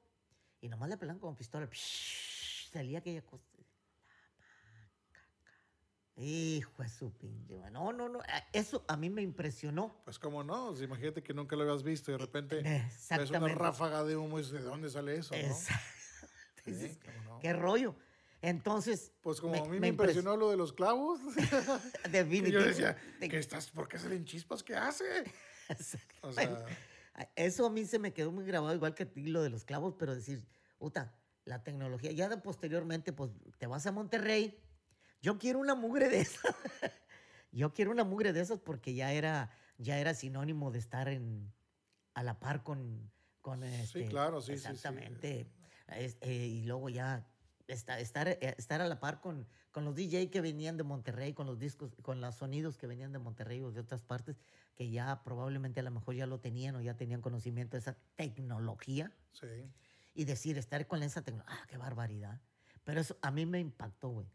A: y nomás le pelaban con pistola. salía aquella cosa. Hijo de su pinche. madre. No, no, no. a- Eso a mí me impresionó.
B: Pues cómo no, O sea, imagínate que nunca lo habías visto y de repente ves una
A: Eh, Exactamente.
B: ráfaga de humo y dices, ¿de dónde sale eso? no?
A: *laughs* Exacto.
B: Sí,
A: Dices,
B: cómo no.
A: Qué rollo.
B: *laughs*
A: Entonces.
B: Pues como
A: me-
B: a mí me,
A: me impresionó.
B: impresionó lo de los
A: *laughs*
B: clavos. y yo
A: Definitivamente.
B: decía, *laughs*
A: *laughs*
B: ¿qué estás? ¿Por qué salen chispas? ¿Qué hace? O
A: *laughs*
B: sea,
A: A- Eso a mí se me quedó muy grabado, igual que a ti lo de los clavos, pero decir, puta, la tecnología. Ya de posteriormente, pues te vas a Monterrey. Yo quiero una mugre de esas. *laughs* Yo quiero una mugre de esas porque ya era, ya era sinónimo de estar en, a la par con. con
B: Sí,
A: este,
B: claro, sí, sí, sí.
A: Exactamente. Es- eh, y luego ya esta- estar, eh, estar a la par con, con los DJ que venían de Monterrey, con los discos, con los sonidos que venían de Monterrey o de otras partes, que ya probablemente a lo mejor ya lo tenían o ya tenían conocimiento de esa tecnología.
B: Sí.
A: Y decir, estar con esa tecnología, ah, qué barbaridad. Pero eso a mí me impactó, güey.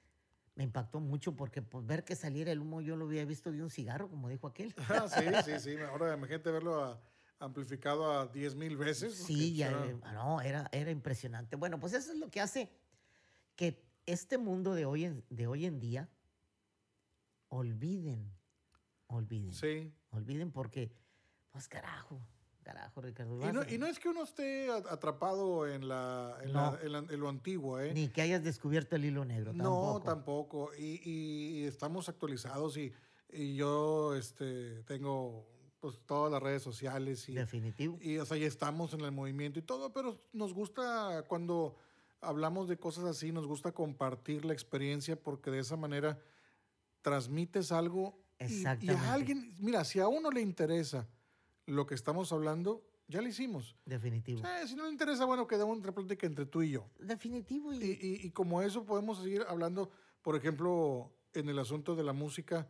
A: Me impactó mucho porque pues, ver que saliera el humo yo lo había visto de un cigarro, como dijo aquel.
B: Ah, sí, sí, sí. Ahora imagínate verlo a- amplificado a 10 mil veces.
A: Sí,
B: porque,
A: ya,
B: o sea,
A: eh, no, era, era impresionante. Bueno, pues eso es lo que hace que este mundo de hoy en, de hoy en día olviden, olviden,
B: Sí.
A: olviden porque, pues carajo, carajo, Ricardo.
B: Y
A: vas
B: no,
A: a-
B: y no es que uno esté a- atrapado en, la, en,
A: No.
B: la- en la- en lo antiguo, ¿eh?
A: Ni que hayas descubierto el hilo negro, tampoco.
B: No, tampoco. Y, y- y estamos actualizados y, y yo este, tengo pues todas las redes sociales y,
A: Definitivo.
B: y o sea, ya estamos en el movimiento y todo, pero nos gusta cuando hablamos de cosas así, nos gusta compartir la experiencia porque de esa manera transmites algo y- y,
A: Exactamente.
B: a alguien, mira, si a uno le interesa lo que estamos hablando, ya lo hicimos.
A: definitivo.
B: Eh, si no le interesa, bueno, queda una plática entre tú y yo.
A: Definitivo y,
B: Y, y- y como eso podemos seguir hablando, por ejemplo, en el asunto de la música,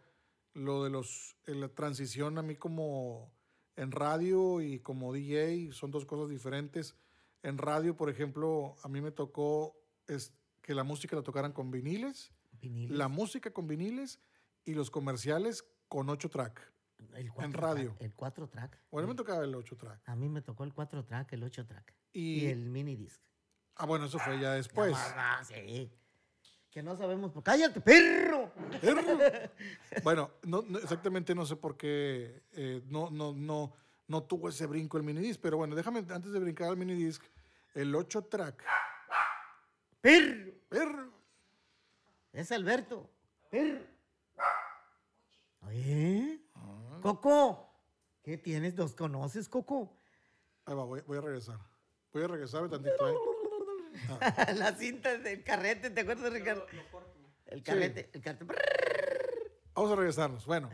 B: lo de los, en la transición a mí como en radio y como DJ son dos cosas diferentes. En radio, por ejemplo, a mí me tocó es, que la música la tocaran con viniles,
A: vinilos,
B: la música con viniles y los comerciales con 8 track.
A: el cuatro track,
B: radio.
A: el 4 track.
B: Bueno, a mí
A: el-
B: me tocaba el 8 track.
A: a mí me tocó el 4 track, el 8 track. Y,
B: Y, pues.
A: el mini disc.
B: ah, bueno, eso fue ya
A: La
B: después.
A: mamá, sí. Que no sabemos. por- ¡Cállate, perro!
B: Bueno, no, no, exactamente no sé por qué eh, no, no, no, no tuvo ese brinco el minidisc, pero bueno, déjame antes de brincar al minidisc, el 8 track.
A: ¡Perro!
B: er,
A: Es Alberto. ¡Perro! ¿Eh?
B: Ah.
A: ¡Coco! ¿Qué tienes? ¿Los conoces, Coco?
B: Ahí va, voy, voy a regresar. Voy a regresar tantito. ¿eh? Ah.
A: *laughs* La cinta del carrete, ¿te acuerdas, Ricardo?
C: Lo, lo corto. ¿no?
A: El carrete, el carrete.
B: Vamos a regresarnos. Bueno,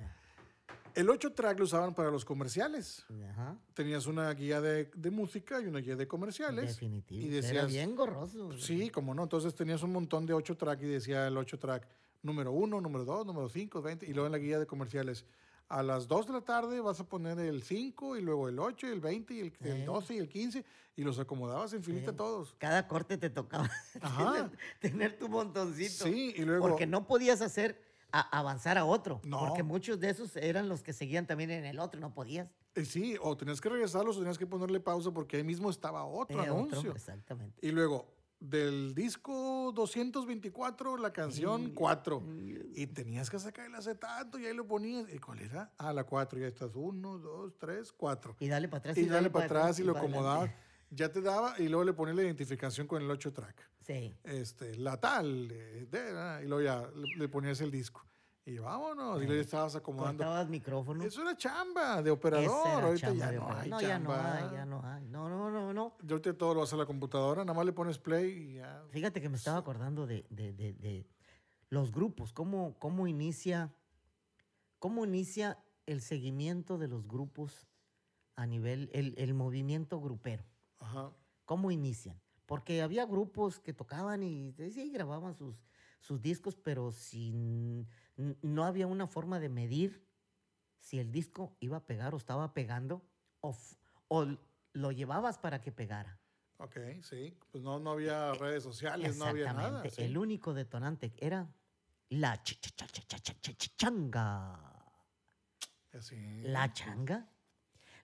B: el 8 track lo usaban para los comerciales.
A: Ajá.
B: Tenías una guía de, de música y una guía de comerciales.
A: Definitivo.
B: Y
A: Era
B: decías,
A: bien gorroso.
B: Sí, como no. Entonces tenías un montón de 8 track y decía el 8 track número 1, número 2, número 5, 20. Y luego en la guía de comerciales, a las 2 de la tarde vas a poner el 5 y luego el 8 y el 20 y el, el
A: Eh.
B: 12 y el 15 y los acomodabas en filita
A: Sí.
B: todos.
A: Cada corte te tocaba *laughs*
B: Ajá.
A: tener, tener tu montoncito.
B: Sí, y luego...
A: Porque no podías hacer a- avanzar a otro.
B: No.
A: Porque muchos de esos eran los que seguían también en el otro, no podías.
B: eh, sí, o tenías que regresarlos o tenías que ponerle pausa porque ahí mismo estaba otro
A: Era Eh, otro, pues.
B: anuncio.
A: exactamente.
B: Y luego, del disco 224, la canción
A: Sí.
B: 4.
A: Mm,
B: Y tenías que sacar el acetato y ahí lo ponías. ¿Y cuál era? Ah, la 4. Ya estás 1, 2, 3, 4.
A: Y dale para atrás.
B: Y dale para atrás y lo
A: pa' adelante.
B: acomodabas. Ya te daba y luego le ponías la identificación con el 8 track.
A: Sí.
B: Este, la tal. eh, de- ah, y luego ya le, le ponías el disco. Y vámonos. Y
A: Sí.
B: luego ya estabas acomodando.
A: Cortabas micrófono.
B: Eso era chamba de
A: Esa
B: operador.
A: era
B: Ahorita
A: chamba
B: ya
A: de
B: no
A: operador.
B: hay
A: no,
B: chamba.
A: ya no hay, ya no hay. No, no, no, no.
B: Y ahorita todo lo hace la computadora. Nada más le pones play y ya.
A: Fíjate que me estaba acordando de, de- de- de los grupos, cómo, cómo inicia, cómo inicia el seguimiento de los grupos a nivel, el, el movimiento grupero.
B: Ajá.
A: ¿Cómo inician? Porque había grupos que tocaban y, y sí, grababan sus, sus discos, pero sin, n- no había una forma de medir si el disco iba a pegar o estaba pegando o, f- o l- lo llevabas para que pegara.
B: Ok, sí. Pues no, no había redes sociales, no había nada. sí.
A: El único detonante era la chi- chi- cha- cha- cha- cha- cha- cha- changa.
B: Así.
A: La changa.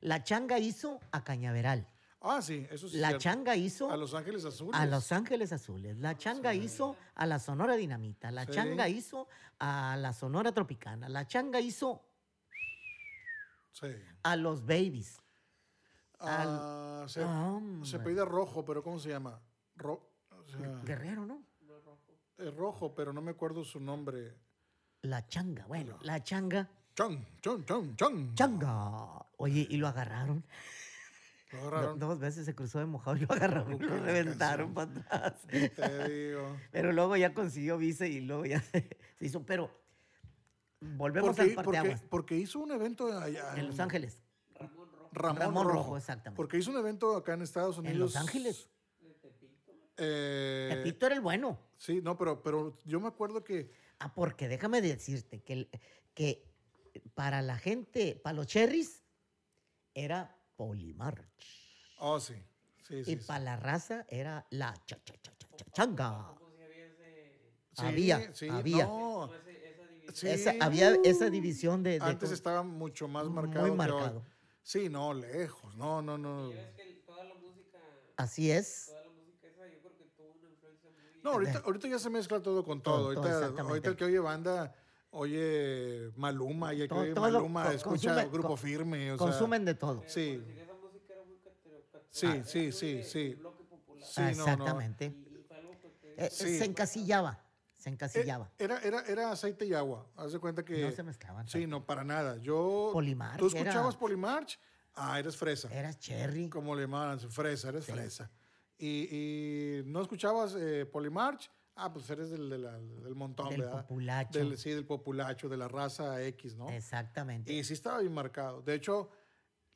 A: La changa hizo a Cañaveral.
B: Ah, sí, eso sí. es
A: La
B: cierto.
A: changa hizo
B: A Los Ángeles Azules.
A: a Los Ángeles Azules. La changa
B: Sí.
A: hizo a la Sonora Dinamita. La
B: Sí.
A: changa hizo a la Sonora Tropicana. La changa hizo
B: Sí.
A: a los Babies.
B: Ah, se, se
A: Hombre.
B: apellida rojo, pero ¿cómo se llama? Ro- o sea,
A: Guerrero, ¿no?
C: Lo rojo.
B: es rojo, pero no me acuerdo su nombre.
A: La changa. Bueno, la changa.
B: Chon, chon, chon, chon. Ah,
A: Changa. Oye, y lo agarraron.
B: Lo
A: Do-
B: agarraron.
A: dos veces se cruzó de mojado y lo *laughs* agarraron,
B: Nunca
A: lo
B: la
A: reventaron para atrás.
B: Te digo.
A: Pero luego ya consiguió visa y luego ya *laughs* se, se hizo. Pero *laughs* volvemos
B: Porque,
A: al
B: porque-
A: parteaguas.
B: porque hizo un evento allá
A: En Los Ángeles.
C: Ramón rojo.
B: Ramón,
A: Ramón Rojo,
B: Rojo.
A: exactamente.
B: Porque hizo un evento acá en Estados Unidos.
A: en Los Ángeles.
C: De Tepito.
B: eh,
A: Pepito era el bueno.
B: sí, no, pero, pero yo me acuerdo que.
A: Ah, porque déjame decirte que, el- que para la gente, para los cherries, era Polimarch.
B: Oh, sí. Sí, sí.
A: y
B: sí.
A: para la raza era la cha- cha- cha- cha- cha- changa.
C: Tampoco si había ese-
B: Sí,
A: había,
B: sí,
A: había.
B: no.
C: ese- esa división.
B: Oh. Sí.
A: Esa- había esa división de... de
B: Antes
A: cómo-
B: estaba mucho más
A: Muy
B: marcado. que hoy.
A: marcado.
B: Sí, no, lejos. No, no, no.
C: Y ya ves que el- toda la música,
A: Así es.
C: toda la música esa, yo creo que tuvo una influencia muy.
B: No, ahorita, ahorita ya se mezcla todo con
A: Todo,
B: todo.
A: todo,
B: ahorita,
A: exactamente.
B: ahorita el que oye banda, oye Maluma, y el que
A: Todo-
B: oye
A: todo,
B: Maluma,
A: co-
B: escucha
A: consume-
B: Grupo
A: co-
B: Firme. O sea, eh,
A: Consumen de todo.
C: Pero
B: sí.
C: por decir, esa música era muy catero- catero-
B: Sí,
C: era
B: sí,
C: muy
B: sí,
C: de-
B: sí.
C: del bloque popular.
B: Sí, no, no.
A: Exactamente.
C: Y- y fue algo que- que-
A: Eh, eh,
B: Sí.
A: Se encasillaba. Se
B: eh,
A: encasillaba.
B: era, era, era aceite y agua. Haz de cuenta Eh, que.
A: no se mezclaban.
B: sí,
A: tanto.
B: no, para nada. Yo.
A: Polimarch
B: Tú escuchabas
A: era-
B: Polimarch. Ah, eres fresa.
A: Era cherry.
B: Como le llamaban, fresa, eres fresa. Y, y no escuchabas eh, Polimarch. Ah, pues eres del, de la- del montón,
A: Del
B: ¿verdad?
A: populacho.
B: Del, sí, del populacho, de la raza X, ¿no?
A: Exactamente.
B: Y sí estaba bien marcado. De hecho,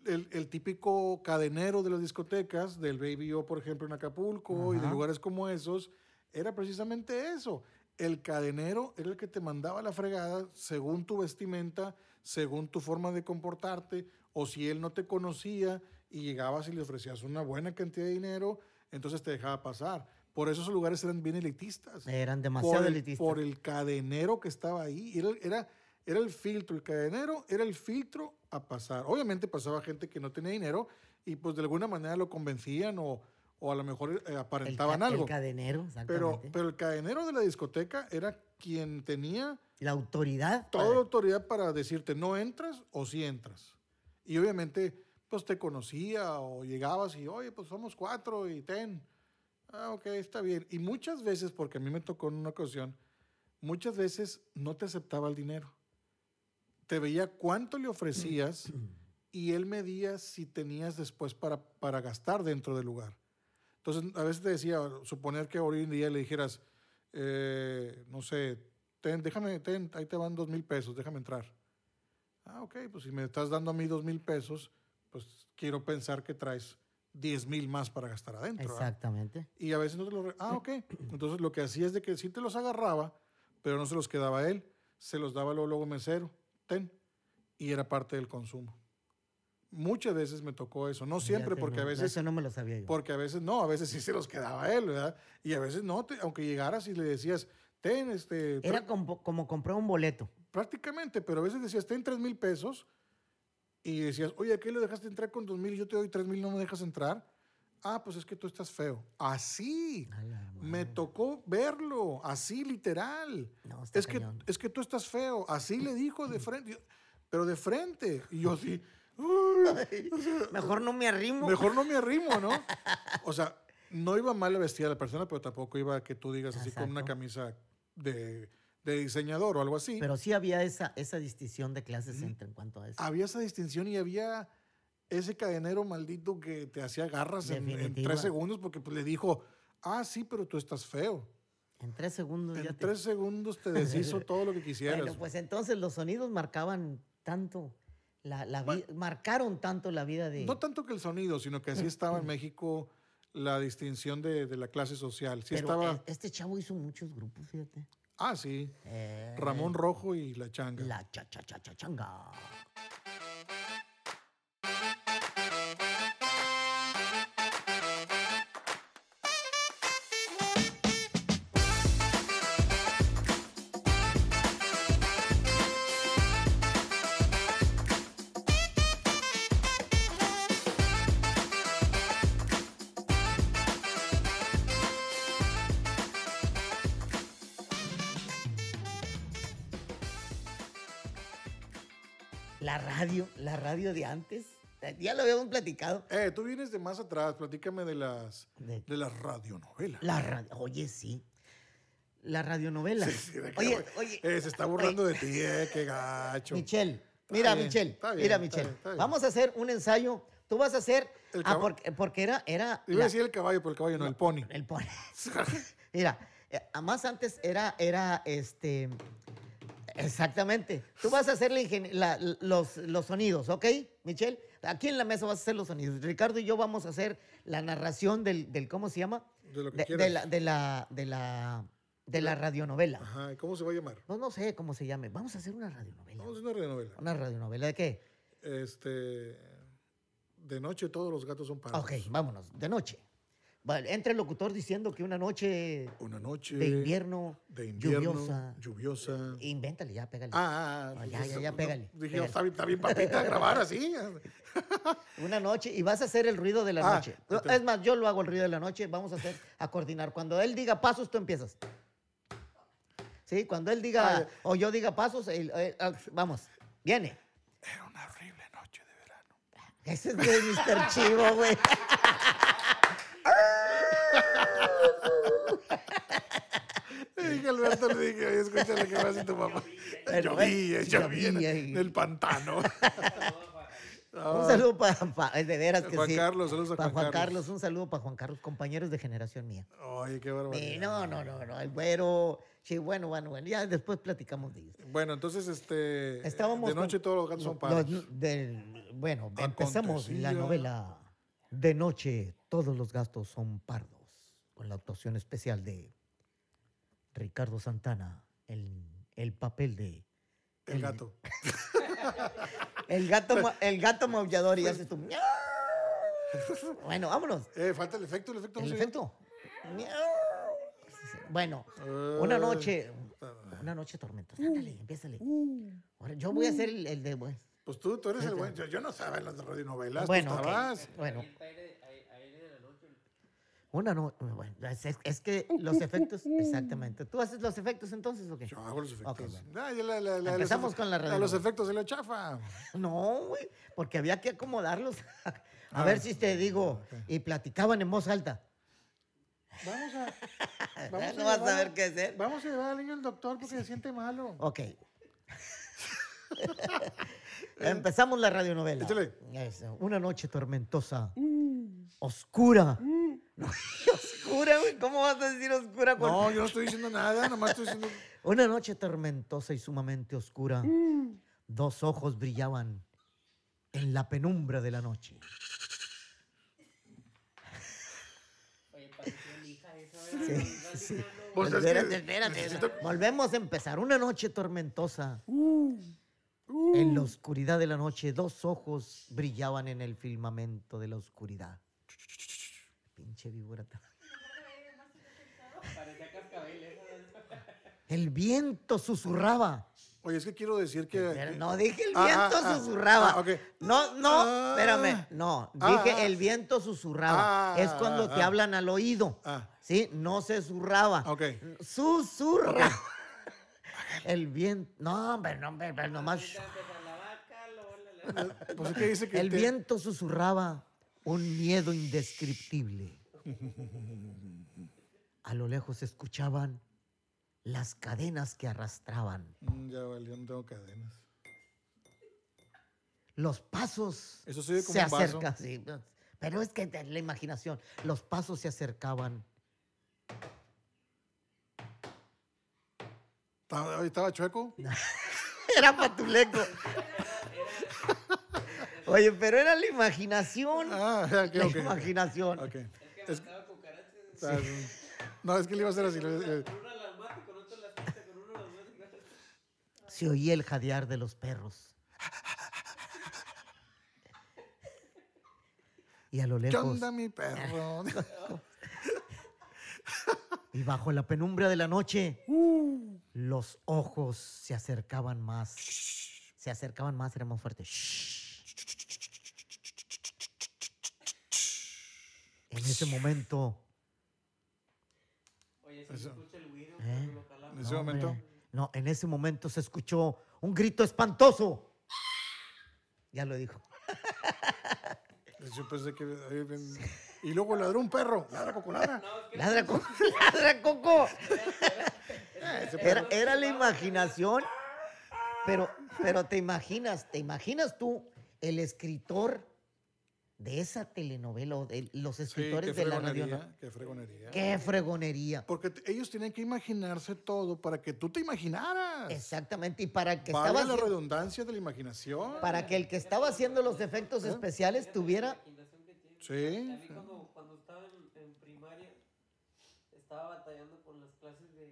B: el, el típico cadenero de las discotecas, del Baby O, por ejemplo, en Acapulco y de
A: Ajá.
B: lugares como esos, era precisamente eso. El cadenero era el que te mandaba la fregada según tu vestimenta, según tu forma de comportarte, o si él no te conocía y llegabas y le ofrecías una buena cantidad de dinero, entonces te dejaba pasar. Por eso esos lugares eran bien elitistas
A: Eran demasiado
B: por el,
A: elitistas.
B: por el cadenero que estaba ahí. Era, era, era el filtro, el cadenero era el filtro a pasar. Obviamente pasaba gente que no tenía dinero y pues de alguna manera lo convencían o, o a lo mejor eh,
A: El
B: aparentaban
A: ca- el
B: algo.
A: cadenero,
B: pero,
A: exactamente.
B: pero el cadenero de la discoteca era quien tenía
A: la autoridad.
B: toda
A: para-
B: *clears throat* la autoridad para decirte no entras o si entras. Y obviamente pues te conocía o llegabas y oye pues somos cuatro y ten. Ah, ok, está bien. Y muchas veces, porque a mí me tocó en una ocasión, muchas veces no te aceptaba el dinero. Te veía cuánto le ofrecías y él medía si tenías después para, para gastar dentro del lugar. Entonces, a veces te decía, suponer que hoy en día le dijeras, eh, no sé, ten, déjame, ten, ahí te van dos mil pesos, déjame entrar. Ah, ok, pues si me estás dando a mí dos mil pesos, pues quiero pensar que traes diez mil más para gastar adentro. ¿verdad?
A: Exactamente.
B: Y a veces no te lo... re- Ah, ok. Entonces lo que hacía es de que sí te los agarraba, pero no se los quedaba a él. Se los daba luego, luego mesero. Ten. Y era parte del consumo. Muchas veces me tocó eso. No siempre,
A: Fíjate,
B: porque a
A: no,
B: veces...
A: Eso no me lo sabía yo.
B: Porque a veces no, a veces sí se los quedaba a él, ¿verdad? Y a veces no, te- aunque llegaras y le decías, ten, este... tra-
A: Era como, como comprar un boleto.
B: Prácticamente, pero a veces decías, ten tres mil pesos. Y decías, oye, ¿a qué le dejaste entrar con dos mil? Yo te doy tres mil, no me dejas entrar. Ah, pues es que tú estás feo. Así.
A: A la
B: Me
A: madre.
B: tocó verlo, así literal.
A: No, está
B: Es que, *laughs*
A: cañón.
B: es que tú estás feo, así le dijo de frente, Yo- pero de frente. Y yo así,
A: *laughs*
B: "Uy,
A: Mejor no me arrimo.
B: mejor no me arrimo, ¿no? O sea, no iba mal vestida la persona, pero tampoco iba a que tú digas así con una
A: Exacto.
B: camisa de, de diseñador o algo así.
A: Pero sí había esa, esa distinción de clases entre en cuanto a eso.
B: había esa distinción y había ese cadenero maldito que te hacía garras en, en
A: Definitiva.
B: tres segundos porque pues, le dijo, ah, sí, pero tú estás feo.
A: en tres segundos ya
B: En
A: te-
B: tres segundos te deshizo todo lo que
A: *laughs*
B: quisieras.
A: Bueno, pues entonces los sonidos marcaban tanto, la, la vi- marcaron tanto la vida de...
B: No tanto que el sonido, sino que
A: Mm.
B: así estaba en México la distinción de, de la clase social. Sí
A: pero
B: estaba.
A: es- este chavo hizo muchos grupos, fíjate.
B: Ah, sí.
A: Eh,
B: Ramón Rojo y La Changa.
A: La cha cha cha cha changa. La radio, la radio de antes. Ya lo habíamos platicado.
B: Eh, tú vienes de más atrás. Platícame de las,
A: De-
B: de las radionovelas.
A: la radio, oye, sí. Las radionovelas.
B: *laughs* Sí, sí, de que,
A: oye,
B: güey,
A: oye.
B: eh, se está burlando de ti, eh, qué gacho.
A: Michelle, mira,
B: bien,
A: Michelle,
B: está bien,
A: mira,
B: está
A: Michelle.
B: bien, está bien.
A: Vamos a hacer un ensayo. Tú vas a hacer.
B: El
A: ah,
B: caba-
A: porque, porque era. era
B: Iba a
A: la- eh,
B: decir el caballo, pero el caballo no, el pony.
A: el
B: *laughs*
A: pon- mira, eh, además antes era, era este. Exactamente. Tú vas a hacer la ingen- la- los, los sonidos, ¿ok, Michelle? Aquí en la mesa vas a hacer los sonidos. Ricardo y yo vamos a hacer la narración del, del ¿cómo se llama?
B: de lo que
A: de, de
B: quieras.
A: la, de la, de la, de la radionovela.
B: Ajá, ¿y ¿cómo se va a llamar?
A: No, no sé cómo se llame. Vamos a hacer una radionovela.
B: Vamos a hacer una radionovela.
A: ¿Una radionovela de qué?
B: Este. De noche todos los gatos son parados.
A: Ok, vámonos, de noche. Vale, entra el locutor diciendo que una noche
B: Una noche.
A: de invierno,
B: de invierno,
A: lluviosa.
B: lluviosa.
A: invéntale ya, pégale.
B: Mm. Ah, ah,
A: Ah,
B: ah,
A: ya,
B: dije,
A: ya, ya,
B: no,
A: pégale,
B: Dije,
A: pégale.
B: está bien, está bien, papita, grabar así.
A: Una noche y vas a hacer el ruido de la
B: Ah,
A: noche. No,
B: entonces-
A: Es más, yo lo hago el ruido de la noche, vamos a hacer a coordinar. Cuando él diga pasos, tú empiezas. Sí, cuando él diga
B: Ah, ya.
A: o yo diga pasos, él- él- ah, vamos, viene.
B: Era una horrible noche de verano.
A: Ese es de
B: *laughs*
A: Mr. Chivo, güey.
B: Le *laughs* dije a Alberto, le dije, "Oye, escúchale que vas y tu mamá.
A: Pero,
B: Llovía,
A: eh,
B: llovía en,
A: llovía y-
B: en el pantano.
A: *laughs*
B: Ah,
A: Un saludo para, pa- es de veras que
B: Juan
A: sí.
B: Carlos, saludos a
A: Para
B: Juan
A: Juan
B: Carlos.
A: Carlos, un saludo para Juan Carlos, compañeros de generación mía.
B: Oye, qué
A: Eh,
B: barbaridad.
A: no, no, no, no, el güero. Sí, bueno, bueno, bueno, ya después platicamos de ellos.
B: Bueno, entonces, este.
A: Estábamos
B: de noche
A: con-
B: todos los gatos son
A: Los-
B: parados.
A: del- bueno, empezamos
B: Acontecía.
A: la novela De noche, todos los gastos son pardos, con la actuación especial de Ricardo Santana, el, el papel de... *laughs*
B: El gato.
A: El gato, ma- el gato maullador y haces tú... "Miau". Bueno, vámonos.
B: Eh, falta el efecto, el efecto.
A: El
B: no sé.
A: efecto. Miau. Bueno, una
B: Ay,
A: noche...
B: puta.
A: Una noche tormentosa. Ándale,
B: Uh,
A: empiézale. Ahora, yo voy a hacer el, el de... Bueno,
B: Pues tú, tú eres el buen. Yo, yo no sabía las radionovelas. pues,
A: bueno,
B: tú
A: ok,
B: estabas.
A: bueno.
C: Calienta aire- aire- aire de la noche.
A: Una no. Bueno, es, es- es que los
B: *laughs*
A: efectos. Exactamente. ¿Tú haces los efectos entonces o qué?
B: Yo hago los efectos.
A: Ok, bueno.
B: Ah, ya la- la- la-
A: Empezamos
B: los efe-
A: con la
B: A los
A: radionovela.
B: efectos de la chafa.
A: No, güey. Porque había que acomodarlos. *laughs* A,
B: Ah,
A: ver si te digo. Y platicaban en voz alta.
B: Vamos
A: *laughs*
B: a.
A: no vas a saber qué hacer.
B: Vamos a llevar al niño al doctor porque se
A: *laughs*
B: siente malo.
A: Ok. Empezamos la radionovela.
B: Échale.
A: Eso, Una noche tormentosa. Oscura. No, *laughs* oscura, güey. ¿Cómo vas a decir oscura con
B: No, yo no estoy diciendo nada, nomás estoy diciendo.
A: Una noche tormentosa y sumamente oscura, dos ojos brillaban en la penumbra de la noche.
C: Oye, parecía lija esa, ¿verdad? Vas lijando, güey.
B: Pues es que
A: espérate, espérate.
B: necesito-
A: Volvemos a empezar. Una noche tormentosa. En la oscuridad de la noche, dos ojos brillaban en el firmamento de la oscuridad. Pinche víbora.
C: Parecía cascabel esa, ¿verdad?
A: El viento susurraba.
B: Oye, es que quiero decir que.
A: Pero
B: que-
A: no dije el
B: Ah,
A: viento
B: ah, ah,
A: susurraba.
B: ah, ok.
A: No, no,
B: Ah.
A: espérame. No,
B: Ah,
A: dije
B: ah.
A: el viento susurraba.
B: Ah,
A: es cuando
B: ah,
A: te
B: ah.
A: hablan al oído.
B: Ah.
A: ¿Sí? No se zurraba.
B: Ok.
A: Susurra. *laughs* El viento. No, hombre, no, hombre, pero nomás.
C: Empezar la vaca, luego la- la-
B: Pues es que dice que.
A: El
B: te-
A: viento susurraba un miedo
B: *laughs*
A: indescriptible. A lo lejos se escuchaban las cadenas que arrastraban,
B: Mm, Ya valió, no tengo cadenas.
A: los pasos
B: Eso se oye como
A: se
B: un vaso.
A: acercan, sí, no, Pero es que de la imaginación, los pasos se acercaban. *laughs*
B: ¿Estaba, oye, estaba
A: *laughs*
B: chueco?
A: Era patuleco. *laughs* Oye, pero era la imaginación.
B: Ah, ok,
A: la
B: ok.
A: imaginación.
B: Ok.
C: Es que
B: Es-
C: mataba cucarachas.
B: Está- No, es que le iba a hacer así. le iba a decir,
C: Con una las mato, con otra las quita, con una las mato y con otra-
A: Se oía el jadear de los perros. Y a lo
B: ¿Qué
A: lejos,
B: onda, mi
A: *laughs*
B: perro?
A: y bajo la penumbra de la noche,
B: Uh.
A: los ojos se acercaban más. Se acercaban más, era más fuerte. En ese momento,
C: Oye, si
B: Eso.
C: se escucha el güiro,
A: ¿Eh?
C: cuando lo jalaba.
B: En ese
A: No,
B: momento.
A: hombre. No, en ese momento se escuchó un grito espantoso. Ya lo dijo.
B: Yo pensé que. oye, ven- Y luego ladró un perro.
A: *laughs*
B: Ladra, cocoladra.
A: Ladra, Coco, ladra, Coco.
B: Eh,
A: Era, era la imaginación, pero, pero te imaginas, te imaginas tú el escritor de esa telenovela o de los
B: Sí, qué
A: escritores de la radio.
B: fregonería. qué fregonería.
A: ¡Qué fregonería!
B: Porque t- ellos tenían que imaginarse todo para que tú te imaginaras.
A: Exactamente, y para que
B: Valga
A: estaba
B: Pues, la
A: haci-
B: redundancia de la imaginación.
A: para que el que estaba haciendo los efectos especiales tuviera
C: Imaginación que tiene.
B: Sí.
C: A mí cuando, cuando estaba en, en primaria, estaba batallando con las clases de,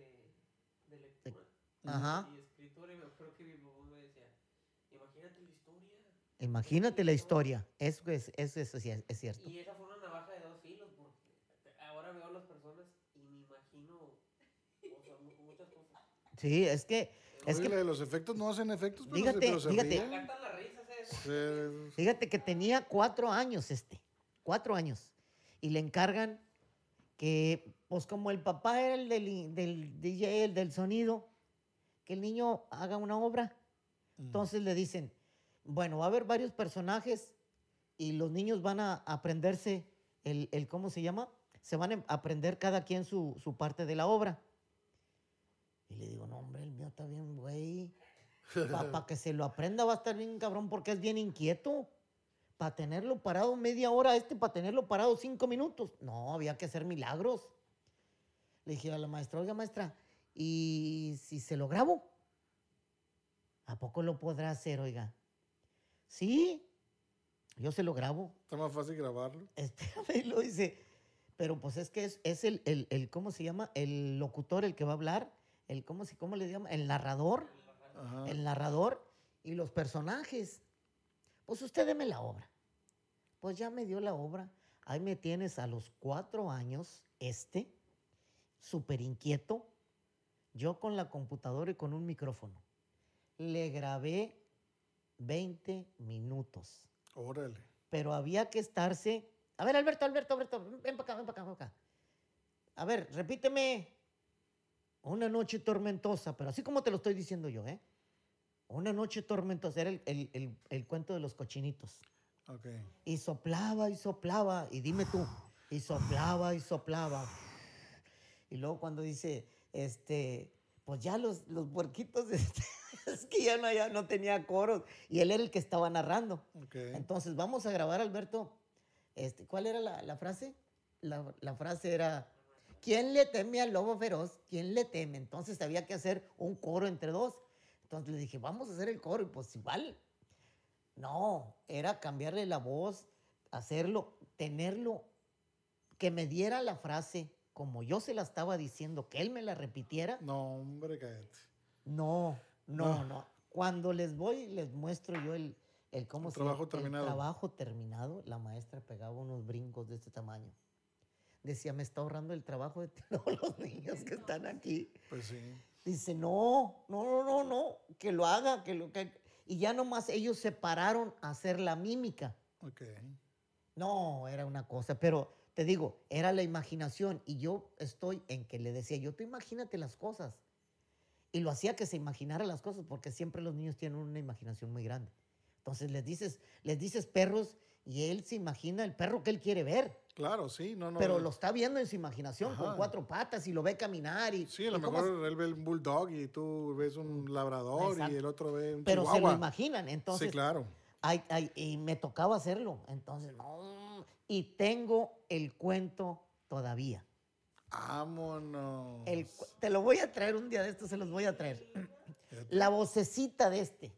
C: de lectura
A: Ajá.
C: y escritura y me acuerdo que mi mamá me decía, imagínate la historia.
A: Imagínate la historia. Eso es, eso es, sí, es cierto.
C: Y esa fue una navaja de dos filos porque ahora veo a las personas y me imagino o sea, mu- muchas cosas.
A: Sí, es que, Es
B: Oye,
A: que-
B: la de los efectos no hacen efectos, pero
A: Dígate,
B: se, pero se
A: dígate.
C: Me
A: Sí.
B: ríen.
C: encantan las risas ¿eh? esas.
B: Se-
A: fíjate que tenía cuatro años este, cuatro años. Y le encargan que, pues como el papá era el del, i- del DJ, el del sonido, que el niño haga una obra. Entonces le dicen, bueno, va a haber varios personajes y los niños van a aprenderse el, el- ¿cómo se llama? Se van a em- aprender cada quien su, su parte de la obra. Y le digo, no, hombre, el mío está bien, güey. Para que se lo aprenda va a estar bien cabrón porque es bien inquieto. Para tenerlo parado media hora, este para tenerlo parado cinco minutos. No, había que hacer milagros. Le dije a la maestra, oiga, maestra, ¿y si se lo grabo? ¿A poco lo podrá hacer, oiga? Sí, yo se lo grabo. *laughs*
B: Está más fácil grabarlo.
A: Espérame, y lo dice. Pero pues es que es, es el, el- el- ¿cómo se llama? El locutor, el que va a hablar. El, ¿cómo, se, ¿Cómo le llama? El narrador.
B: Ajá.
A: El narrador y los personajes. Pues usted deme la obra. Pues ya me dio la obra. Ahí me tienes a los cuatro años, este, súper inquieto, yo con la computadora y con un micrófono. Le grabé 20 minutos
B: Órale.
A: pero había que estarse. A ver, Alberto, Alberto, Alberto, ven para acá, ven para acá, ven para acá. A ver, repíteme. Una noche tormentosa, pero así como te lo estoy diciendo yo, ¿eh? Una noche tormentosa, era el, el- el- el cuento de los cochinitos.
B: Ok.
A: Y soplaba y soplaba, y dime tú, y soplaba y soplaba. Y luego cuando dice, este, pues ya los, los puerquitos, *laughs* este, es que ya no, ya no tenía coros, y él era el que estaba narrando.
B: Ok.
A: Entonces, vamos a grabar, Alberto. Este, ¿Cuál era la, la frase? La, la frase era, ¿quién le teme al lobo feroz? ¿Quién le teme? Entonces había que hacer un coro entre dos. Entonces le dije, vamos a hacer el coro. Y pues igual, no, era cambiarle la voz, hacerlo, tenerlo, que me diera la frase como yo se la estaba diciendo, que él me la repitiera.
B: No, hombre, cállate.
A: No, no,
B: No.
A: no. Cuando les voy, les muestro yo el, el cómo
B: El
A: se llama,
B: trabajo terminado.
A: El trabajo terminado, la maestra pegaba unos brincos de este tamaño. Decía, me está ahorrando el trabajo de *laughs* todos los niños que están aquí.
B: Pues sí.
A: Dice, no, no, no, no, no, que lo haga, que lo que... Y ya nomás ellos se pararon a hacer la mímica.
B: Ok.
A: No, era una cosa, pero te digo, era la imaginación y yo estoy en que le decía, yo tú imagínate las cosas. Y lo hacía que se imaginara las cosas porque siempre los niños tienen una imaginación muy grande. Entonces les dices, les dices perros y él se imagina el perro que él quiere ver,
B: Claro, sí. No, no.
A: pero lo está viendo en su imaginación con
B: Ajá.
A: cuatro patas y lo ve caminar y
B: Sí, a lo
A: y cómo se-
B: mejor él ve un bulldog y tú ves un labrador
A: Exacto.
B: y el otro ve un
A: pero se lo
B: chihuahua.
A: imaginan, entonces
B: sí, claro.
A: Ay, ay, y me tocaba hacerlo, entonces no. Y tengo el cuento todavía.
B: Vámonos.
A: El cu- te lo voy a traer un día de estos, se los voy a traer.
B: Fíjate.
A: La vocecita de este.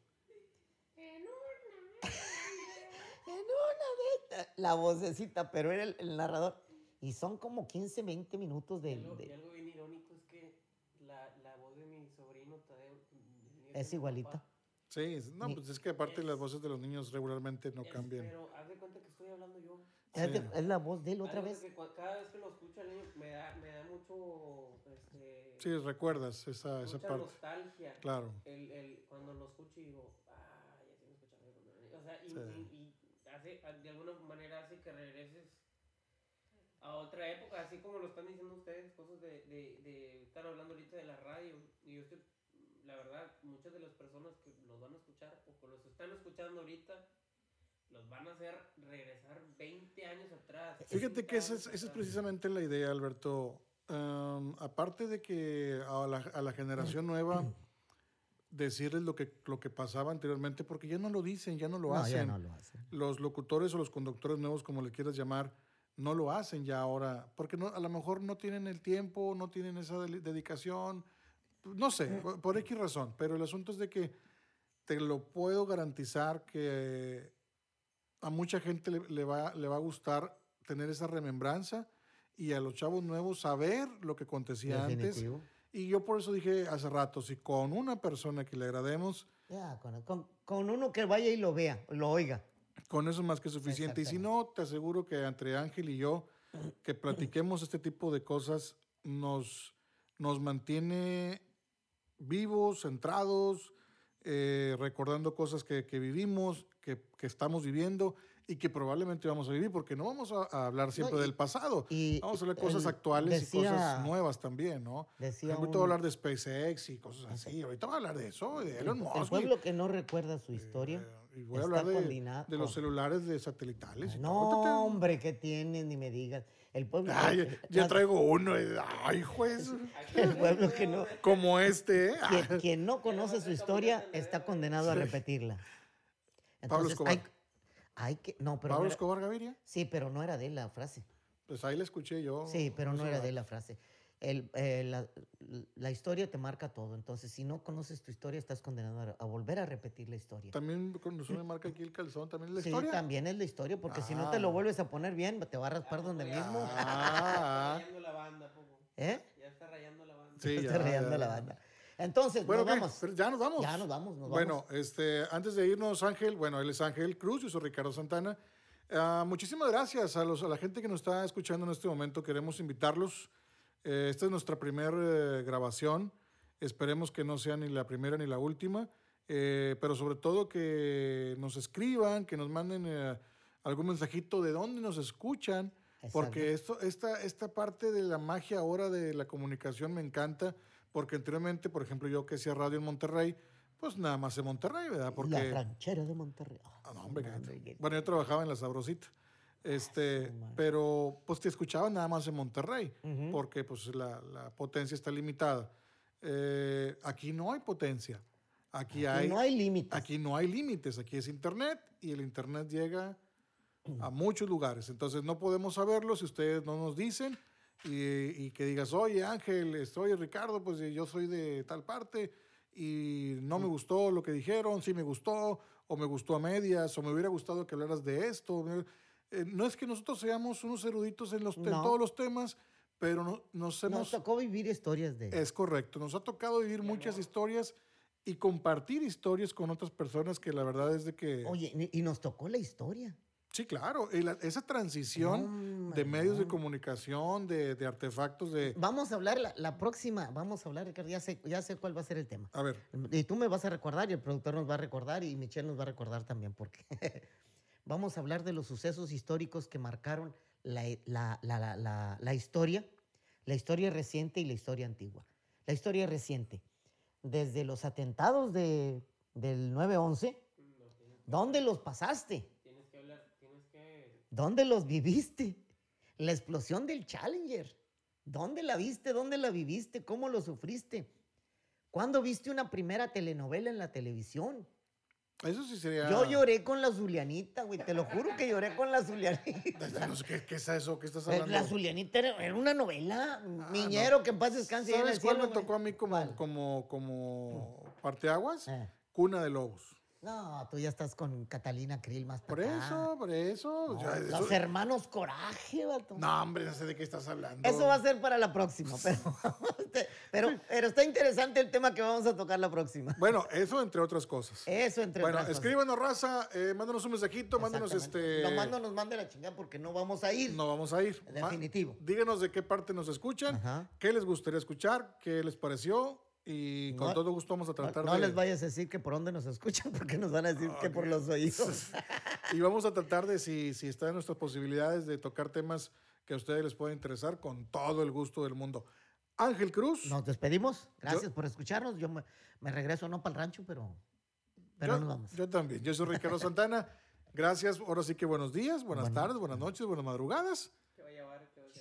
A: En una de estas. La vocecita, pero era el, el narrador. Y son como 15, 20 minutos
C: Y
A: de...
C: algo, y
A: de-
C: algo bien irónico es que la, la voz de mi sobrino Tadeo mi- mi-
A: Es
C: mi
A: igualita.
C: papá,
B: Sí, es- no,
A: Ni-
B: pues es que aparte las voces de los niños regularmente no
C: es-
B: cambian.
C: Pero haz de cuenta que estoy hablando yo.
A: Fíjate,
B: Sí.
A: Es la voz de él otra
C: Haz de
A: vez.
C: cuenta que cua- cada vez que lo escucho al niño me da, me da mucho. Este,
B: Sí, recuerdas esa, esa
C: mucha
B: parte.
C: nostalgia.
B: Claro.
C: El, el, cuando lo escucho y digo, ah, ya se me escuchaba yo cuando era niño". O sea, y,
B: Sí.
C: y- y hace, de alguna manera hace que regreses a otra época, así como lo están diciendo ustedes, cosas de, de, de estar hablando ahorita de la radio. Y yo estoy, la verdad, muchas de las personas que los van a escuchar o que los están escuchando ahorita, los van a hacer regresar 20 años atrás.
B: Fíjate
C: 30
B: que esa es,
C: años
B: esa es
C: atrás.
B: precisamente la idea, Alberto. Am, aparte de que a la, a la generación
A: *clears throat*
B: nueva decirles lo que, lo que pasaba anteriormente, porque ya no lo dicen, ya no lo
A: No, ya
B: hacen.
A: no lo hacen.
B: Los locutores o los conductores nuevos, como le quieras llamar, no lo hacen ya ahora, porque no, a lo mejor no tienen el tiempo, no tienen esa deli- dedicación, no sé, por- por X razón, pero el asunto es de que te lo puedo garantizar que a mucha gente le, le va, le va a gustar tener esa remembranza y a los chavos nuevos saber lo que acontecía antes. Y yo por eso dije hace rato, si con una persona que le agrademos,
A: Ya, con, con- con uno que vaya y lo vea, lo oiga.
B: con eso es más que suficiente. Y si no, te aseguro que entre Ángel y yo, que platiquemos este tipo de cosas, nos, nos mantiene vivos, centrados, eh, recordando cosas que, que vivimos, que, que estamos viviendo y que probablemente vamos a vivir, porque no vamos a, a hablar siempre
A: y-
B: del pasado.
A: y-
B: vamos a hablar
A: y-
B: de cosas
A: el-
B: actuales y
A: decía-
B: cosas nuevas también, ¿no?
A: decía
B: Ahorita
A: un-
B: voy a hablar de SpaceX y cosas así. Ahorita voy a hablar de eso, y de Elon Musk.
A: El
B: y-
A: pueblo que no recuerda su historia.
B: eh, y voy a
A: está
B: hablar de,
A: condena-
B: de los
A: con-
B: celulares de satelitales. y
A: No,
B: todo. Ahorita te-
A: hombre, ¿qué tienes? Ni me digas. El pueblo,
B: Ay,
A: el-
B: ya
A: las-
B: traigo uno. y- Ay, juez.
A: el pueblo que no...
B: Como este. ¿eh?
A: Quien,
B: Ah,
A: quien no conoce su historia está condenado a repetirla.
B: Pablo
A: Entonces,
B: Escobar.
A: Hay, hay que... No, pero...
B: Pablo
A: no era-
B: Escobar Gaviria.
A: sí, pero no era de él la frase.
B: Pues ahí la escuché yo.
A: Sí, pero no
B: hace
A: era
B: rato.
A: de la frase. El- eh, la, la historia te marca todo. Entonces, si no conoces tu historia, estás condenado a, a volver a repetir la historia.
B: También nos una marca aquí el calzón. También es la
A: sí,
B: historia.
A: también es la historia, porque si no te
B: Ah.
A: lo vuelves a poner bien, te va a raspar donde
C: *laughs*
A: mismo.
B: Ah,
C: rayando la banda, poco.
A: ¿Eh?
C: Ya está rayando la banda.
A: *laughs*
B: Sí,
A: Te
B: ya,
A: está rayando
B: ya,
A: la
B: ya.
A: banda. Entonces,
B: Bueno,
A: nos
B: ¿qué?
A: vamos.
B: Pero ya nos vamos.
A: Ya nos vamos, nos
B: Bueno,
A: vamos.
B: este, antes de irnos, Ángel, bueno, él es Ángel Cruz, yo soy Ricardo Santana. Ah, muchísimas gracias a, los, a la gente que nos está escuchando en este momento. Queremos invitarlos. Eh, esta es nuestra primera grabación. Esperemos que no sea ni la primera ni la última. Eh, pero sobre todo que nos escriban, que nos manden eh, algún mensajito de dónde nos escuchan. Porque esto, esta, esta parte de la magia ahora de la comunicación me encanta, porque anteriormente, por ejemplo, yo que hacía radio en Monterrey, pues nada más en Monterrey, ¿verdad? Porque,
A: La ranchera de Monterrey.
B: Ah, no, hombre, cállate.
A: hombre, Ah,
B: Bueno, yo trabajaba en La Sabrosita, este,
A: su madre.
B: pero pues te escuchaban nada más en Monterrey,
A: Ujú.
B: porque pues la, la potencia está limitada. Eh, aquí no hay potencia,
A: Aquí
B: aquí, hay,
A: no hay límites.
B: aquí no hay límites, aquí es internet y el internet llega a muchos lugares. Entonces no podemos saberlo si ustedes no nos dicen y, y que digas, oye Ángel, este, oye Ricardo, pues eh, yo soy de tal parte y no
A: Mm.
B: me gustó lo que dijeron, sí me gustó, o me gustó a medias, o me hubiera gustado que hablaras de esto. Eh, no es que nosotros seamos unos eruditos en, los, en
A: No.
B: todos los temas, pero no-
A: Nos
B: nos hemos...
A: tocó vivir historias de...
B: Es correcto. Nos ha tocado vivir muchas historias y compartir historias con otras personas que la verdad es de que...
A: Oye, ni- y nos tocó la historia.
B: Sí, claro. y la- esa transición
A: No,
B: de medios de
A: no.
B: comunicación, de, de artefactos, de...
A: Vamos a hablar la, la próxima, vamos a hablar, Ricardo, ya sé, ya sé cuál va a ser el tema.
B: A ver,
A: Y tú me vas a recordar, y el productor nos va a recordar, y Michelle nos va a recordar también, porque *laughs* vamos a hablar de los sucesos históricos que marcaron la, e, la- la- la- la- la historia, la historia reciente y la historia antigua. La historia reciente, desde los atentados de, del 9-11,
C: No, tienes,
A: ¿dónde los pasaste?
C: tienes que hablar, tienes que.
A: ¿Dónde los viviste? La explosión del Challenger. ¿Dónde la viste? ¿Dónde la viviste? ¿Cómo lo sufriste? ¿Cuándo viste una primera telenovela en la televisión?
B: eso sí sería...
A: Yo lloré con la Zulianita, güey. Te lo juro que lloré con la Zulianita.
B: No sé, ¿Qué, qué es *laughs* eso? ¿Qué estás hablando?
A: La Zulianita era era una novela.
B: Ah,
A: Miñero, que en paz descanse. ahí en
B: ¿Sabes
A: el
B: cuál
A: cielo,
B: me tocó a
A: güey.
B: mí como,
A: ¿Cuál?
B: como, como parteaguas?
A: Eh,
B: Cuna de lobos.
A: No, tú ya estás con Catalina Krill más
B: Por
A: para acá.
B: eso, por eso.
A: No,
B: ya, eso-
A: Los hermanos Coraje, vato.
B: No, hombre, no sé de qué estás hablando.
A: Eso va a ser para la próxima, pero,
B: *laughs*
A: te- pero, pero está interesante el tema que vamos a tocar la próxima.
B: Bueno, eso entre otras cosas.
A: Eso entre
B: bueno,
A: otras cosas.
B: escríbanos, raza, eh, mándanos un mensajito, mándanos
A: Exactamente.
B: este...
A: No, mando, nos mande la chingada porque no vamos a ir.
B: No vamos a ir. Ma-
A: Definitivo.
B: Díganos de qué parte nos escuchan,
A: Ajá.
B: qué les gustaría escuchar, qué les pareció y con
A: No-
B: todo gusto vamos a
A: No,
B: tratar
A: no
B: de...
A: les vayas a decir que por dónde nos escuchan *laughs* porque nos van a decir que por los
B: *laughs*
A: oídos.
B: Y vamos a tratar de, si, si están nuestras posibilidades, de tocar temas que a ustedes les pueda interesar con todo el gusto del mundo. Ángel Cruz,
A: Nos despedimos. Gracias por escucharnos. Yo me, me regreso no para el rancho, pero, pero
B: yo,
A: nos vamos.
B: yo también, yo
A: *laughs*
B: soy Ricardo Santana. Gracias, ahora sí que buenos días, buenas
A: Bueno.
B: tardes, buenas noches, buenas madrugadas.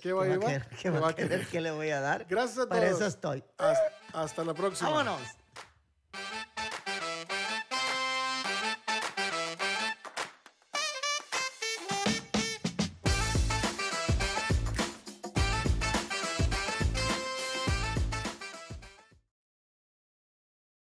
C: ¿Qué va a llevar? ¿Qué va a llevar?
B: ¿Qué va a
A: ¿Qué va a
B: llevar?
A: querer? ¿Qué va a querer? ¿Qué le voy a dar?
B: Gracias a
A: Para
B: todos.
A: eso estoy.
B: Hasta, hasta la próxima.
A: Vámonos.